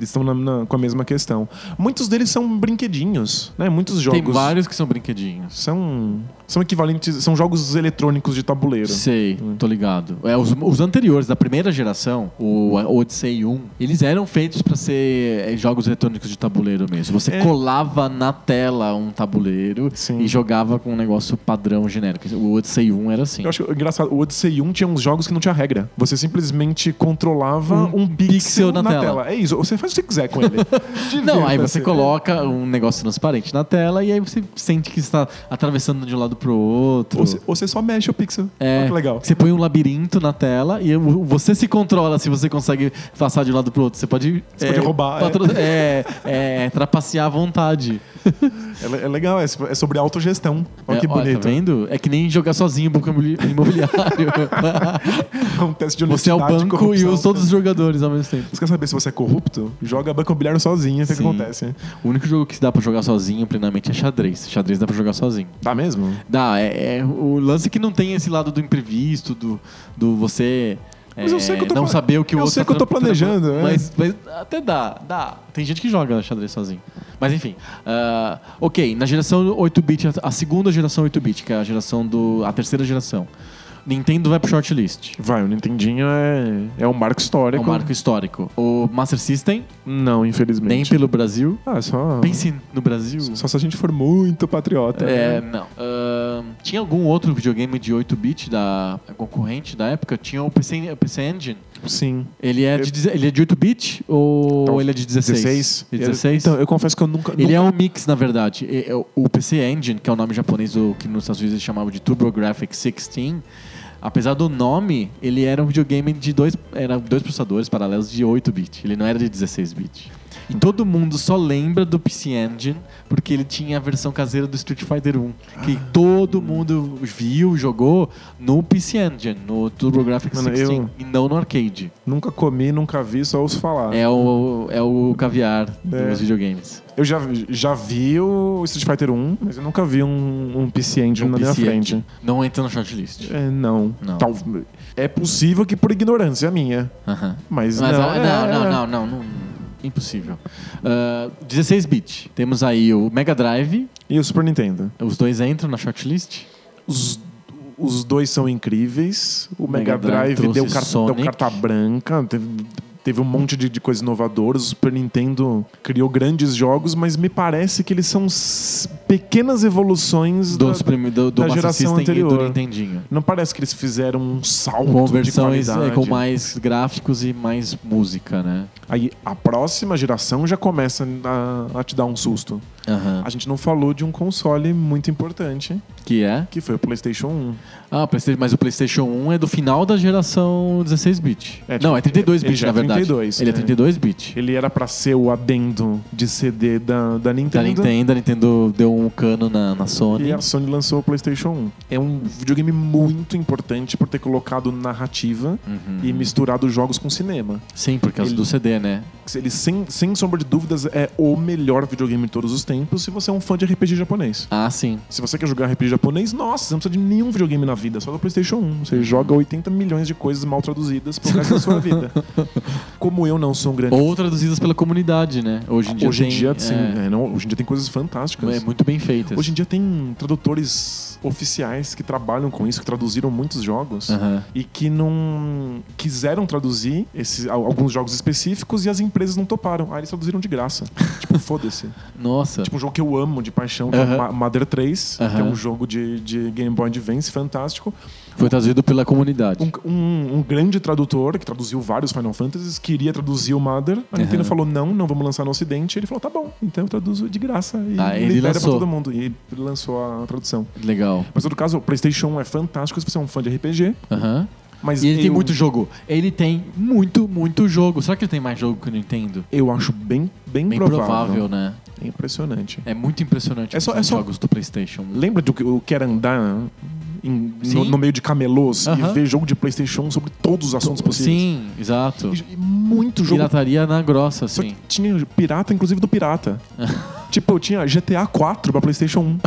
S2: estão na- na- com a mesma questão. Muitos deles são brinquedinhos, né? Muitos jogos
S1: Tem vários que são brinquedinhos.
S2: são são equivalentes, são jogos eletrônicos de tabuleiro.
S1: Sei, tô ligado. É, os, os anteriores, da primeira geração, o Odyssey 1, eles eram feitos pra ser é, jogos eletrônicos de tabuleiro mesmo. Você
S2: É.
S1: colava na tela um tabuleiro
S2: Sim.
S1: e jogava com um negócio padrão genérico. O Odyssey 1 era assim.
S2: Eu acho engraçado, o Odyssey 1 tinha uns jogos que não tinha regra. Você simplesmente controlava um, pixel, na, tela. É isso, você faz o que você quiser com ele.
S1: [laughs]
S2: assim.
S1: Não, aí você
S2: Divirta-se.
S1: coloca um negócio transparente na tela e aí você sente que está atravessando de um lado pro outro.
S2: Ou você, ou você só mexe o pixel.
S1: É,
S2: Olha que legal.
S1: Você põe um labirinto na tela e o- você se controla se você consegue passar de um lado pro outro. Você pode,
S2: Você pode roubar,
S1: patro- É, é, trapacear à vontade.
S2: É, le- é legal, é, so- é sobre autogestão. Olha
S1: É,
S2: que bonito.
S1: tá vendo? É que nem jogar sozinho banco imobili- [laughs] imobiliário.
S2: É [laughs] um teste de
S1: você é o
S2: honestidade.
S1: banco e
S2: corrupção.
S1: os todos os jogadores ao mesmo tempo.
S2: Você quer saber se você é corrupto? Joga banco imobiliário sozinho e vê o que
S1: Sim.
S2: acontece.
S1: O único jogo que dá pra jogar sozinho plenamente é xadrez. Xadrez dá pra jogar sozinho.
S2: Tá mesmo?
S1: Dá, é, é- o lance é que não tem esse lado do imprevisto, do, do você
S2: Mas eu sei
S1: é,
S2: que eu tô
S1: não
S2: pla-
S1: saber o que o
S2: eu
S1: outro
S2: sei
S1: tá
S2: que eu tô
S1: tra- tra-
S2: planejando, é.
S1: Mas, mas até dá, dá. Tem gente que joga xadrez sozinho. Mas enfim. ah, ok, na geração 8-bit, a- a segunda geração 8-bit, que é a geração do. a terceira geração. Nintendo vai pro shortlist.
S2: Vai, o Nintendinho é, é um marco
S1: É
S2: histórico.
S1: um marco histórico. O Master System,
S2: Não,
S1: nem
S2: infelizmente.
S1: pelo Brasil.
S2: Ah, só.
S1: Pense no Brasil.
S2: Só se a gente for muito patriota.
S1: É,
S2: né?
S1: não. Ahn, tinha algum outro videogame de 8-bit da concorrente da época? Tinha o PC, o PC Engine.
S2: Sim.
S1: Ele é de,
S2: Eu-
S1: deze- ele é de 8-bit ou
S2: Então,
S1: ele é de 16? De
S2: Eu-
S1: 16?
S2: Então, eu confesso que eu nunca.
S1: ele é um mix, na verdade. E- e- O PC Engine, que é o nome japonês do, que nos Estados Unidos eles chamavam de TurboGrafx 16, apesar do nome, ele era um videogame de dois, era dois processadores paralelos de 8-bit. Ele não era de 16-bit. E todo mundo só lembra do PC Engine porque ele tinha a versão caseira do Street Fighter 1, que
S2: Ah.
S1: todo mundo viu, jogou no PC Engine, no TurboGrafx
S2: Mano,
S1: 16
S2: eu-
S1: e não no arcade.
S2: Nunca comi, nunca vi, só ouço falar.
S1: um- É o, é o caviar
S2: É.
S1: dos videogames.
S2: Eu já, já vi o Street Fighter 1, mas eu nunca vi um, um PC Engine na minha
S1: PC
S2: frente.
S1: Não entra no shortlist.
S2: É, não.
S1: Não.
S2: Tal- é possível que por ignorância minha.
S1: Aham.
S2: Mas,
S1: Mas,
S2: não,
S1: ah,
S2: é,
S1: não, não,
S2: é.
S1: não, não, não, Impossível. 16-bit. Temos aí o Mega Drive.
S2: E o Super Nintendo?
S1: Os dois entram na shortlist.
S2: Os, os dois são incríveis. O Mega,
S1: Mega Drive
S2: Drive, deu,
S1: trouxe
S2: car-
S1: Sonic.
S2: deu carta branca, teve, teve um monte de, de coisas inovadoras. O Super Nintendo criou grandes jogos, mas me parece que eles são s- pequenas evoluções da-
S1: Dos prime- do do
S2: da
S1: Master
S2: geração
S1: System e do
S2: anterior.
S1: Nintendinho.
S2: Não parece que eles fizeram um salto
S1: Com
S2: de
S1: versões eh,
S2: qualidade.
S1: com mais gráficos e mais música, né?
S2: Aí a próxima geração já começa a, a te dar um susto.
S1: Aham.
S2: A gente não falou de um console muito importante,
S1: Que é?
S2: que foi o PlayStation 1.
S1: Ah, o Playsta- mas o PlayStation 1 é do final da geração 16-bit.
S2: É,
S1: Não,
S2: tipo,
S1: é 32-bit,
S2: ele
S1: na
S2: já é
S1: verdade.
S2: 32,
S1: ele é
S2: é.
S1: 32-bit.
S2: Ele era pra ser o adendo de CD da, da
S1: Da
S2: Nintendo.
S1: Tá Nintendo, a Nintendo deu um cano na, na Sony.
S2: E a Sony lançou o PlayStation 1. É um videogame muito importante por ter colocado narrativa
S1: Uhum.
S2: e misturado jogos com cinema.
S1: Sim, por causa
S2: Ele-
S1: do CD, né?
S2: Ele, sem, sem sombra de dúvidas, é o melhor videogame de todos os tempos se você é um fã de RPG japonês.
S1: Ah, sim.
S2: Se você quer jogar RPG japonês, nossa, você não precisa de nenhum videogame na vida, só do PlayStation 1. Você joga 80 milhões de coisas mal traduzidas por causa da sua vida. Como eu não sou um grande.
S1: Ou É traduzidas pela comunidade, né? Hoje em dia
S2: hoje em
S1: tem,
S2: dia,
S1: é,
S2: sim, é, não, hoje em dia tem coisas fantásticas.
S1: é muito bem feitas.
S2: Hoje em dia tem tradutores oficiais que trabalham com isso, que traduziram muitos jogos
S1: Aham.
S2: e que não quiseram traduzir esses, al- alguns jogos específicos e as empresas não toparam. Aí eles traduziram
S1: [laughs]
S2: de graça. tipo, foda-se.
S1: Nossa.
S2: Tipo, um jogo que eu amo de paixão, que é
S1: Aham.
S2: Ma- Mother 3, que é
S1: Aham.
S2: um jogo de, de Game Boy Advance fantástico.
S1: Foi traduzido pela comunidade.
S2: Um, um- um grande tradutor, que traduziu vários Final Fantasies, queria traduzir o Mother. A Nintendo
S1: Aham.
S2: falou, não, não vamos lançar no Ocidente. Ele falou, tá bom, então eu traduzo de graça. E
S1: Ah, ele
S2: libera
S1: lançou.
S2: pra todo mundo. E lançou a tradução.
S1: Legal.
S2: Mas, no todo caso, o PlayStation 1 é fantástico se você é um fã de RPG.
S1: Aham.
S2: Mas
S1: E ele tem
S2: eu-
S1: muito jogo. Ele tem muito, muito jogo. Será que ele tem mais jogo que o Nintendo?
S2: Eu acho bem, bem,
S1: Bem
S2: provável.
S1: provável, né?
S2: É impressionante.
S1: É muito impressionante
S2: É só-
S1: os
S2: é só-
S1: jogos do PlayStation.
S2: Lembra do que o que era andar em- no,
S1: Sim.
S2: no meio de camelôs
S1: Aham.
S2: e ver jogo de PlayStation sobre todos os assuntos possíveis?
S1: Sim, exato.
S2: E, e muito jogo.
S1: Pirataria na grossa,
S2: Só que
S1: assim.
S2: tinha pirata, inclusive
S1: [laughs]
S2: do pirata. tipo, eu tinha GTA 4 pra PlayStation 1.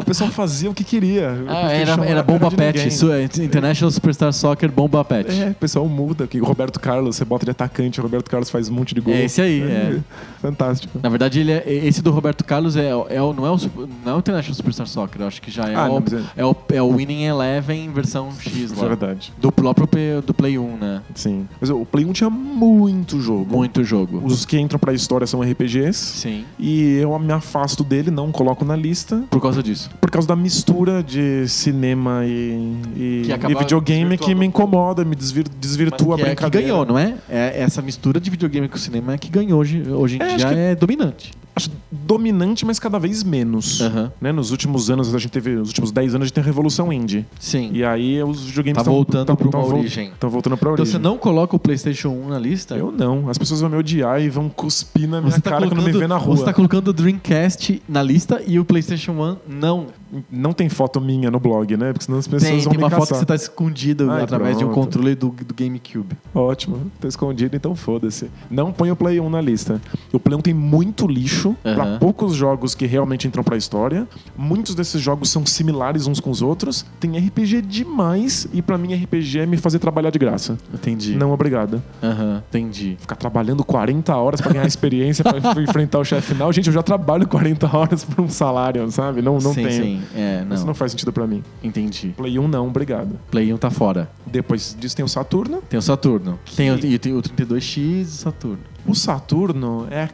S2: o pessoal fazia o que queria. O
S1: Ah,
S2: PlayStation
S1: era, era
S2: de
S1: Bomba Pet.
S2: ninguém.
S1: Isso é International Superstar Soccer Bomba Pet.
S2: É, o pessoal muda. Que o Roberto Carlos, você bota de atacante, o Roberto Carlos faz um monte de gol.
S1: É esse aí, é.
S2: Fantástico.
S1: Na verdade, ele é- esse do Roberto Carlos é, o- é o- não, é o, su- não é o International Superstar Soccer, eu acho que já é,
S2: Ah,
S1: o,
S2: não, mas é-
S1: é o, é o Winning Eleven versão X lá.
S2: Verdade.
S1: Do próprio Play- do Play 1, né?
S2: Sim. Mas o Play 1 tinha muito jogo.
S1: Muito jogo.
S2: Os que entram pra história são RPGs.
S1: Sim.
S2: E eu me afasto dele, não coloco na lista,
S1: Por causa disso.
S2: por causa da mistura de cinema e, e-
S1: Que acaba
S2: e videogame que
S1: desvirtuando. um
S2: me incomoda, me desvir- desvirtua
S1: que
S2: a
S1: é que
S2: brincadeira.
S1: ganhou, não é? é? Essa mistura de videogame com cinema é que ganhou hoje, hoje em
S2: É, acho
S1: dia
S2: que-
S1: é dominante.
S2: Acho dominante, mas cada vez menos.
S1: Aham.
S2: Né? Nos últimos anos, a gente teve. Nos últimos 10 anos a gente tem a Revolução Indie.
S1: Sim.
S2: E aí os videogames
S1: Tá
S2: tão-
S1: voltando
S2: tão-
S1: pra uma
S2: tão vol-
S1: origem.
S2: Tão voltando pra
S1: Então
S2: origem.
S1: você não coloca o PlayStation 1 na lista?
S2: Eu não. As pessoas vão me odiar e vão cuspir na minha
S1: Você tá,
S2: cara quando
S1: colocando,
S2: me vê na rua.
S1: você tá colocando o Dreamcast na lista e o PlayStation 1 não.
S2: Não tem foto minha no blog, né? Porque senão as pessoas
S1: Tem,
S2: vão
S1: tem
S2: me
S1: uma foto que
S2: caçar.
S1: você tá escondido
S2: Ai,
S1: através de um
S2: pronto.
S1: controle do, do GameCube.
S2: Ótimo, tá escondido, então foda-se. Não põe o Play 1 na lista. O Play 1 tem muito lixo,
S1: Aham.
S2: pra poucos jogos que realmente entram pra história. Muitos desses jogos são similares uns com os outros. Tem RPG demais, e pra mim RPG é me fazer trabalhar de graça.
S1: Entendi.
S2: Não, obrigado.
S1: Aham, entendi.
S2: Ficar trabalhando 40 horas pra ganhar experiência, pra [laughs] enfrentar o chefe final. Gente, eu já trabalho 40 horas por um salário, sabe? Não, não
S1: sim,
S2: tenho.
S1: sim. É, não.
S2: Isso não faz sentido pra mim.
S1: Entendi.
S2: Play 1 não, obrigado.
S1: Play 1 tá fora.
S2: Depois disso tem o Saturno.
S1: Tem o Saturno. Tem o, e tem o 32X e o Saturno.
S2: O Saturno é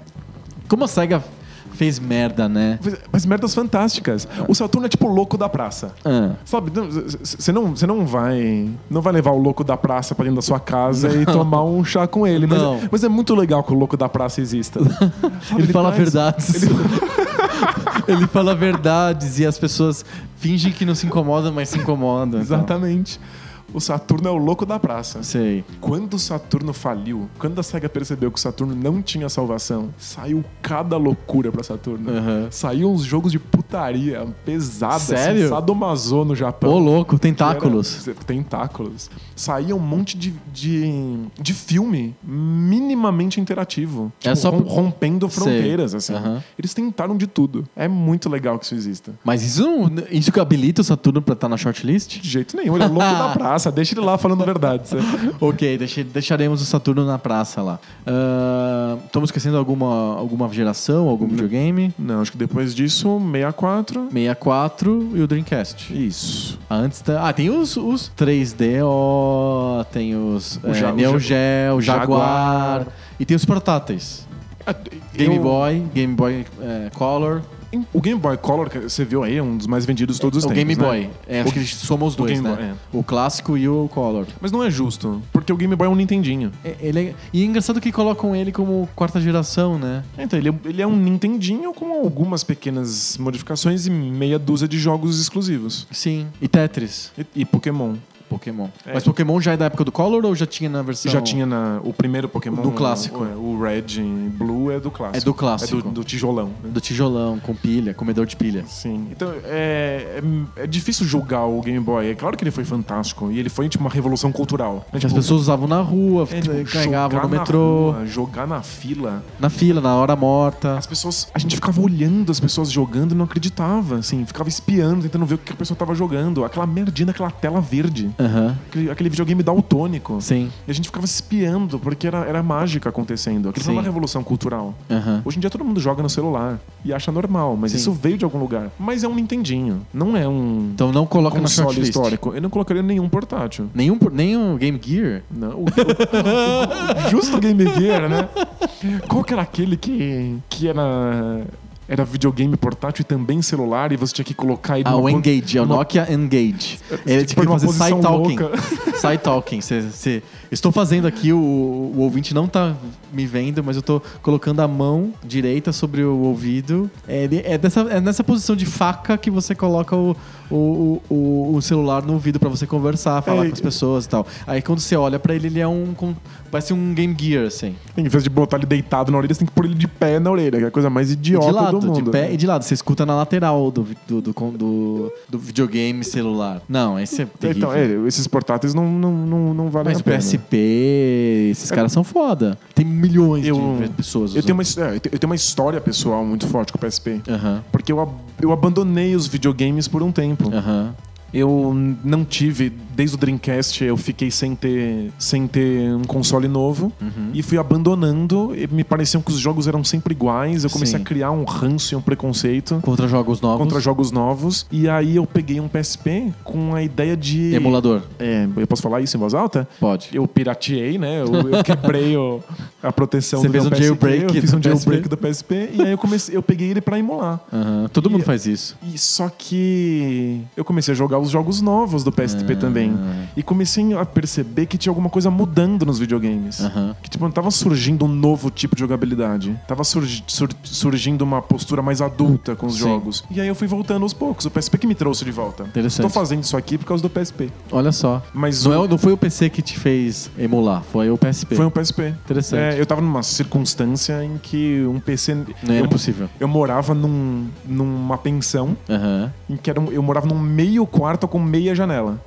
S1: Como a SEGA fez merda, né?
S2: Mas merdas fantásticas. O Saturno é tipo o louco da praça.
S1: Ah.
S2: Sabe, você não, cê não vai não vai levar o louco da praça pra dentro da sua casa e tomar um chá com ele. Mas,
S1: Não.
S2: é, mas é muito legal que o louco da
S1: [laughs]
S2: praça exista. Sabe,
S1: Ele, fala
S2: traz-
S1: verdades. [laughs] Ele fala verdades e as pessoas fingem que não se incomodam, mas se incomodam. então.
S2: Exatamente. O Saturno é o louco da praça.
S1: Sei.
S2: Quando o Saturno faliu, quando a SEGA percebeu que o Saturno não tinha salvação, saiu cada loucura pra Saturno.
S1: Aham.
S2: Saiu uns jogos de putaria pesada,
S1: Sério?
S2: assim, sadomaso no Japão.
S1: Ô, louco, tentáculos.
S2: Era- tentáculos. Saía um monte de, de, de filme minimamente interativo.
S1: É
S2: Tipo,
S1: só
S2: rom-
S1: pro-
S2: rompendo
S1: Sei.
S2: fronteiras, assim.
S1: Aham.
S2: Eles tentaram de tudo. É muito legal que isso exista.
S1: Mas isso, não- isso que habilita o Saturno pra estar na shortlist?
S2: De jeito nenhum, ele é
S1: [laughs]
S2: louco da praça. Deixa ele lá falando verdades.
S1: ok, deixe- deixaremos o Saturno na praça lá. Ah, Estamos esquecendo alguma, alguma geração, algum videogame?
S2: Não, acho que depois disso, 64.
S1: 64 e o Dreamcast.
S2: Isso.
S1: Antes tá- Ah, tem os, os 3DO, tem os
S2: O
S1: eh,
S2: Ja- o
S1: Neo
S2: Ja-
S1: Geo, Jaguar,
S2: Jaguar.
S1: E tem os portáteis. Game Boy, Game Boy eh, Color.
S2: É, O Game Boy Color, que você viu aí, é um dos mais vendidos de todos os
S1: o
S2: tempos.
S1: Game
S2: né?
S1: Boy. É, acho que soma os
S2: o
S1: dois,
S2: Game
S1: né?
S2: Boy, é.
S1: O clássico e o Color.
S2: Mas não é justo, porque o Game Boy é um Nintendinho.
S1: É, ele é- E é engraçado que colocam ele como quarta geração, né?
S2: Então, ele é, ele é um Nintendinho com algumas pequenas modificações e meia dúzia de jogos exclusivos.
S1: Sim. E Tetris.
S2: E, e Pokémon.
S1: Pokémon.
S2: É.
S1: Mas Pokémon já é da época do Color ou já tinha na versão...
S2: Já tinha na- o primeiro Pokémon.
S1: Então, Do clássico.
S2: O, o Red e Blue é do clássico.
S1: É do clássico.
S2: É do, do tijolão. né?
S1: Do tijolão, com pilha, comedor de pilha.
S2: Sim. Então, é, é, é difícil julgar o Game Boy. É claro que ele foi fantástico. E ele foi tipo, uma revolução cultural.
S1: Que as pessoas usavam na rua,
S2: tipo, é,
S1: tipo,
S2: tipo,
S1: carregavam
S2: jogar
S1: no
S2: na
S1: metrô,
S2: rua, jogar na fila.
S1: na fila, na hora morta.
S2: As pessoas. A gente ficava olhando as pessoas jogando e não acreditava. Assim, ficava espiando, tentando ver o que a pessoa tava jogando. Aquela merdinha naquela tela verde.
S1: Aham.
S2: Aquele, aquele videogame daltônico.
S1: Sim.
S2: E a gente ficava espiando, porque era, era mágica acontecendo. Aquilo foi
S1: Sim.
S2: uma revolução cultural.
S1: Aham.
S2: Hoje em dia todo mundo joga no celular e acha normal, mas
S1: Sim.
S2: isso veio de algum lugar. Mas é um Nintendinho, não é um
S1: Então não coloca na
S2: console
S1: shortlist.
S2: histórico. Eu não colocaria nenhum portátil.
S1: Nenhum, por- nenhum Game Gear?
S2: Não, o, o- o- justo o Game Gear, né? Qual que era aquele que, que era, era videogame portátil e também celular e você tinha que colocar ele
S1: Ah, o
S2: numa-
S1: Engage, é o
S2: numa-
S1: Nokia Engage. Ele tinha
S2: põe
S1: que
S2: numa
S1: fazer side
S2: posição
S1: talking. [laughs]
S2: louca.
S1: Side talking. Cê- cê- Estou fazendo aqui, o, o ouvinte não tá me vendo, mas eu tô colocando a mão direita sobre o ouvido. É, ele- é dessa, é nessa posição de faca que você coloca o, o, o- o celular no ouvido para você conversar, falar
S2: É,
S1: com as pessoas e tal. Aí quando você olha para ele, ele é um. com- Parece um Game Gear, assim.
S2: Em vez de botar ele deitado na orelha, você tem que pôr ele de pé na orelha, que é a coisa mais idiota
S1: de lado,
S2: do mundo. né?
S1: de pé e de lado. Você escuta na lateral do, vi- do, do, con- do- do videogame celular. Não, esse é terrível.
S2: Então, é, esses portáteis não, não, não, não valem
S1: Mas
S2: a
S1: o
S2: pena.
S1: PSP, esses caras são foda. Tem milhões de
S2: Eu,
S1: pessoas
S2: eu, tenho
S1: usando.
S2: uma, his- é, eu te- eu tenho uma história pessoal muito forte com o PSP.
S1: Aham,
S2: Porque eu, ab- eu abandonei os videogames por um tempo.
S1: aham.
S2: Eu n- não tive, desde o Dreamcast, eu fiquei sem ter, sem ter um console novo.
S1: Uhum.
S2: E fui abandonando. E me pareciam que os jogos eram sempre iguais. Eu comecei
S1: Sim.
S2: a criar um ranço e um preconceito
S1: Contra jogos novos.
S2: contra jogos novos. E aí eu peguei um PSP com a ideia de...
S1: Emulador,
S2: É, eu posso falar isso em voz alta?
S1: pode.
S2: eu pirateei, né? Eu, eu quebrei o- a proteção
S1: Você
S2: do
S1: fez
S2: meu
S1: um
S2: PSP,
S1: jailbreak
S2: eu fiz
S1: do
S2: um
S1: PSP.
S2: jailbreak do PSP e aí eu comecei, eu peguei ele pra emular.
S1: Aham, Todo mundo
S2: E-
S1: faz isso.
S2: E só que eu comecei a jogar os jogos novos do
S1: Ah.
S2: PSP também e comecei a perceber que tinha alguma coisa mudando nos videogames.
S1: Aham.
S2: Que tipo, não tava surgindo um novo tipo de jogabilidade. Tava surgi- sur- surgindo uma postura mais adulta com os
S1: Sim.
S2: jogos. E aí eu fui voltando aos poucos. O PSP que me trouxe de volta.
S1: Interessante.
S2: Tô fazendo isso aqui por causa do PSP.
S1: Olha só.
S2: Mas
S1: Não, é
S2: o-
S1: o- não foi o PC que te fez emular, foi o PSP.
S2: foi um PSP.
S1: Interessante.
S2: É, eu tava numa circunstância em que um PC.
S1: Não é era
S2: eu,
S1: possível.
S2: eu morava num, numa pensão
S1: Aham.
S2: em que era um- eu morava num meio quarto com
S1: [laughs]
S2: meia janela.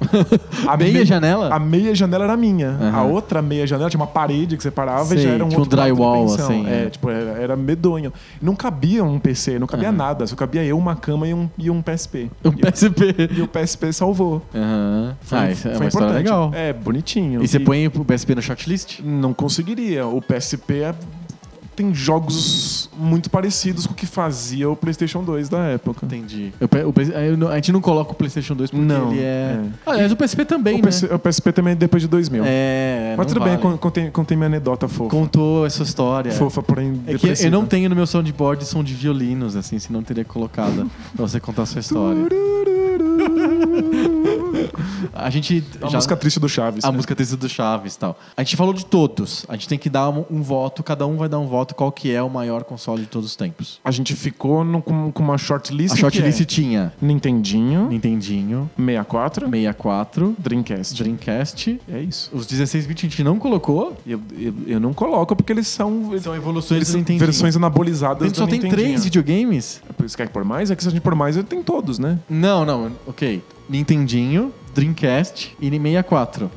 S2: A
S1: Meia
S2: mei-
S1: janela?
S2: A meia janela era minha.
S1: Aham.
S2: A outra meia janela tinha uma parede que separava e já
S1: Sei,
S2: era um
S1: tinha um
S2: outro quarto de
S1: drywall,
S2: pensão.
S1: assim,
S2: É,
S1: é.
S2: tipo, era, era medonho. Não cabia um PC, não cabia
S1: Aham.
S2: nada. Só cabia eu, uma cama e um, e um PSP.
S1: Um
S2: E o-
S1: PSP.
S2: E o PSP salvou.
S1: Aham. Ah, isso é uma história
S2: importante.
S1: legal.
S2: É, bonitinho.
S1: E você põe o PSP no shortlist?
S2: Não conseguiria. O PSP é- tem jogos muito parecidos com o que fazia o PlayStation 2 da época.
S1: Entendi. Eu pe- o PS- aí eu não- a gente não coloca o PlayStation 2 porque
S2: Não,
S1: ele é...
S2: é.
S1: Aliás, o PSP também,
S2: o,
S1: né?
S2: PS- o PSP também é depois de 2000.
S1: É, não
S2: Mas tudo bem,
S1: vale.
S2: con- contei, contei minha anedota fofa.
S1: Contou essa história.
S2: Fofa, porém
S1: É que
S2: depressiva.
S1: eu não tenho no meu soundboard som de violinos, assim, senão eu teria colocado pra você contar a sua história. A gente
S2: [laughs] A
S1: já...
S2: música triste do Chaves.
S1: A
S2: né?
S1: música texto do Chaves e tal. A gente falou de todos. A gente tem que dar um, um voto, cada um vai dar um voto qual que é o maior console de todos os tempos.
S2: A gente ficou no- com, com uma shortlist
S1: a shortlist
S2: que
S1: tinha
S2: é Nintendinho,
S1: Nintendinho,
S2: 64,
S1: 64,
S2: Dreamcast.
S1: Dreamcast.
S2: É isso.
S1: Os 16 bits a gente não colocou.
S2: Eu, eu- eu não coloco porque eles são... eles-
S1: São evoluções
S2: eles
S1: do
S2: são
S1: Nintendinho.
S2: versões
S1: A
S2: anabolizadas
S1: gente só
S2: do
S1: tem três
S2: Nintendinho.
S1: videogames?
S2: Você quer que por mais? É que se a gente por mais, tem todos, né?
S1: Não, não, ok. Nintendinho, Dreamcast e 64.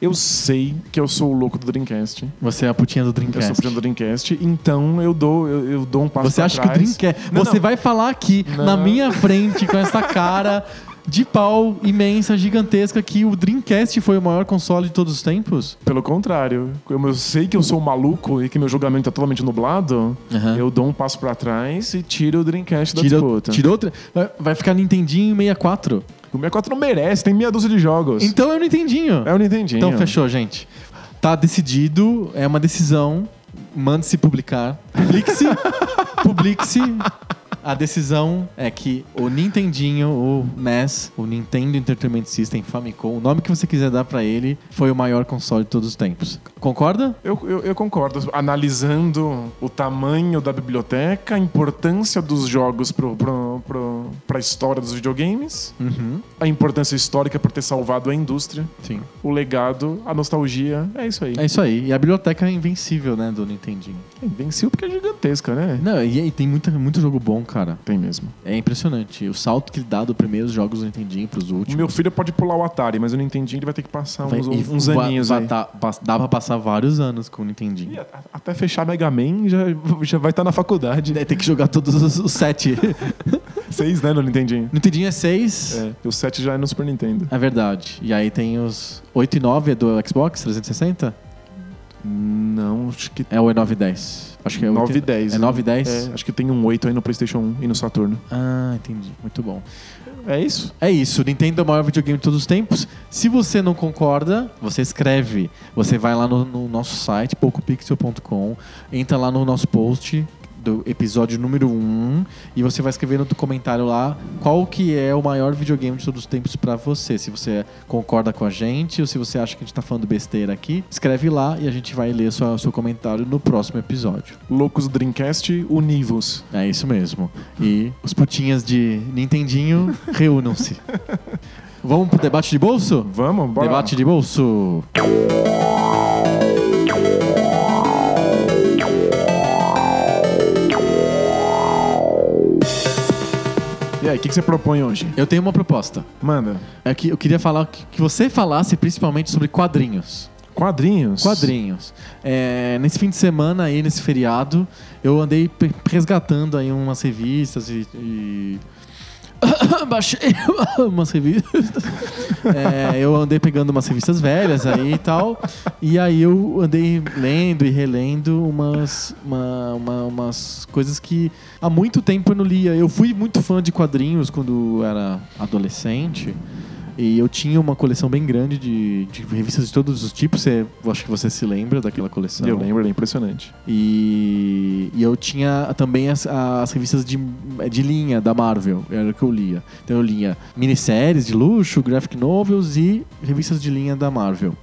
S2: Eu sei que eu sou o louco do Dreamcast.
S1: Você é a putinha do
S2: Eu sou
S1: Dreamcast.
S2: presidente do Dreamcast, então eu dou, eu, eu dou um passo
S1: Você
S2: pra
S1: acha que o
S2: trás.
S1: Dreamcast.
S2: Não,
S1: Você
S2: não.
S1: vai falar aqui
S2: Não.
S1: na minha frente com essa cara de pau imensa, gigantesca, que o Dreamcast foi o maior console de todos os tempos?
S2: Pelo contrário. Como eu sei que eu sou um maluco e que meu julgamento tá totalmente nublado,
S1: Aham.
S2: eu dou um passo pra trás e tiro o Dreamcast da
S1: Tirou,
S2: disputa.
S1: tirou outra. vai- Vai ficar Nintendinho e 64.
S2: O 64 não merece, tem meia dúzia de jogos.
S1: Então é o Nintendinho.
S2: É o Nintendinho.
S1: Então fechou, gente. Tá decidido, é [laughs] uma decisão. Mande-se publicar. Publique-se. Publique-se. A decisão é que o Nintendinho, o NES, o Nintendo Entertainment System, Famicom, o nome que você quiser dar pra ele, foi o maior console de todos os tempos. Concorda?
S2: Eu, eu, eu concordo. Analisando o tamanho da biblioteca, a importância dos jogos pro, pro, pro, pra história dos videogames,
S1: Uhum.
S2: a importância histórica por ter salvado a indústria,
S1: Sim.
S2: o legado, a nostalgia, é isso aí.
S1: É isso aí. E a biblioteca é invencível, né, do Nintendinho.
S2: Venceu porque é gigantesca, né?
S1: Não, e, e tem muita, muito jogo bom, cara.
S2: Tem mesmo.
S1: É impressionante. O salto que ele dá dos primeiros jogos do Nintendinho pros
S2: O
S1: últimos.
S2: meu filho pode pular o Atari, mas eu não entendi, ele vai ter que passar
S1: Vai-
S2: uns,
S1: e
S2: uns
S1: ba-
S2: aninhos aí.
S1: bata- bas- Dá pra passar vários anos com o Nintendinho.
S2: E a- a- Até fechar Mega Man já, já vai estar na faculdade.
S1: É, Tem que jogar todos os, os sete.
S2: Seis, né, no Nintendinho?
S1: [laughs] Nintendinho é seis. É.
S2: É, e o 7 já é no Super Nintendo.
S1: verdade. E aí tem os 8 e 9 é do Xbox 360?
S2: Não, acho que
S1: É o 9 e 10. Acho que é
S2: 9
S1: oito-
S2: e 10.
S1: É 9 e 10?
S2: É, acho que tem um 8 aí no PlayStation 1 e no Saturno.
S1: Ah, entendi. Muito bom.
S2: É isso?
S1: É isso, Nintendo é o maior videogame de todos os tempos. Se você não concorda, você escreve. Você vai lá no, no nosso site, PocoPixel.com, entra lá no nosso post do episódio número 1 e você vai escrever no comentário lá qual que é o maior videogame de todos os tempos pra você. Se você concorda com a gente ou se você acha que a gente tá falando besteira aqui, escreve lá e a gente vai ler sua, seu comentário no próximo episódio.
S2: Loucos do Dreamcast, univos.
S1: É isso mesmo. E os putinhas de Nintendinho reúnam-se. Vamos pro debate de bolso?
S2: Vamos, bora.
S1: Debate de bolso.
S2: E aí, o que, que você propõe hoje?
S1: Eu tenho uma proposta.
S2: Manda.
S1: É que eu queria falar que que você falasse principalmente sobre quadrinhos.
S2: Quadrinhos.
S1: Quadrinhos. É, nesse fim de semana aí, nesse feriado, eu andei pe- resgatando aí umas revistas e. e- [coughs] Baixei [coughs] umas revistas. É, eu andei pegando umas revistas velhas aí e tal. E aí eu andei lendo e relendo umas, uma- uma- umas coisas que há muito tempo eu não lia. Eu fui muito fã de quadrinhos quando era adolescente. E eu tinha uma coleção bem grande de, de revistas de todos os tipos. Você, eu acho que você se lembra daquela coleção. né?
S2: Eu lembro, é impressionante.
S1: E, e eu tinha também as, as revistas de, de linha da Marvel, era o que eu lia. Então eu lia minisséries de luxo, graphic novels e revistas de linha da Marvel.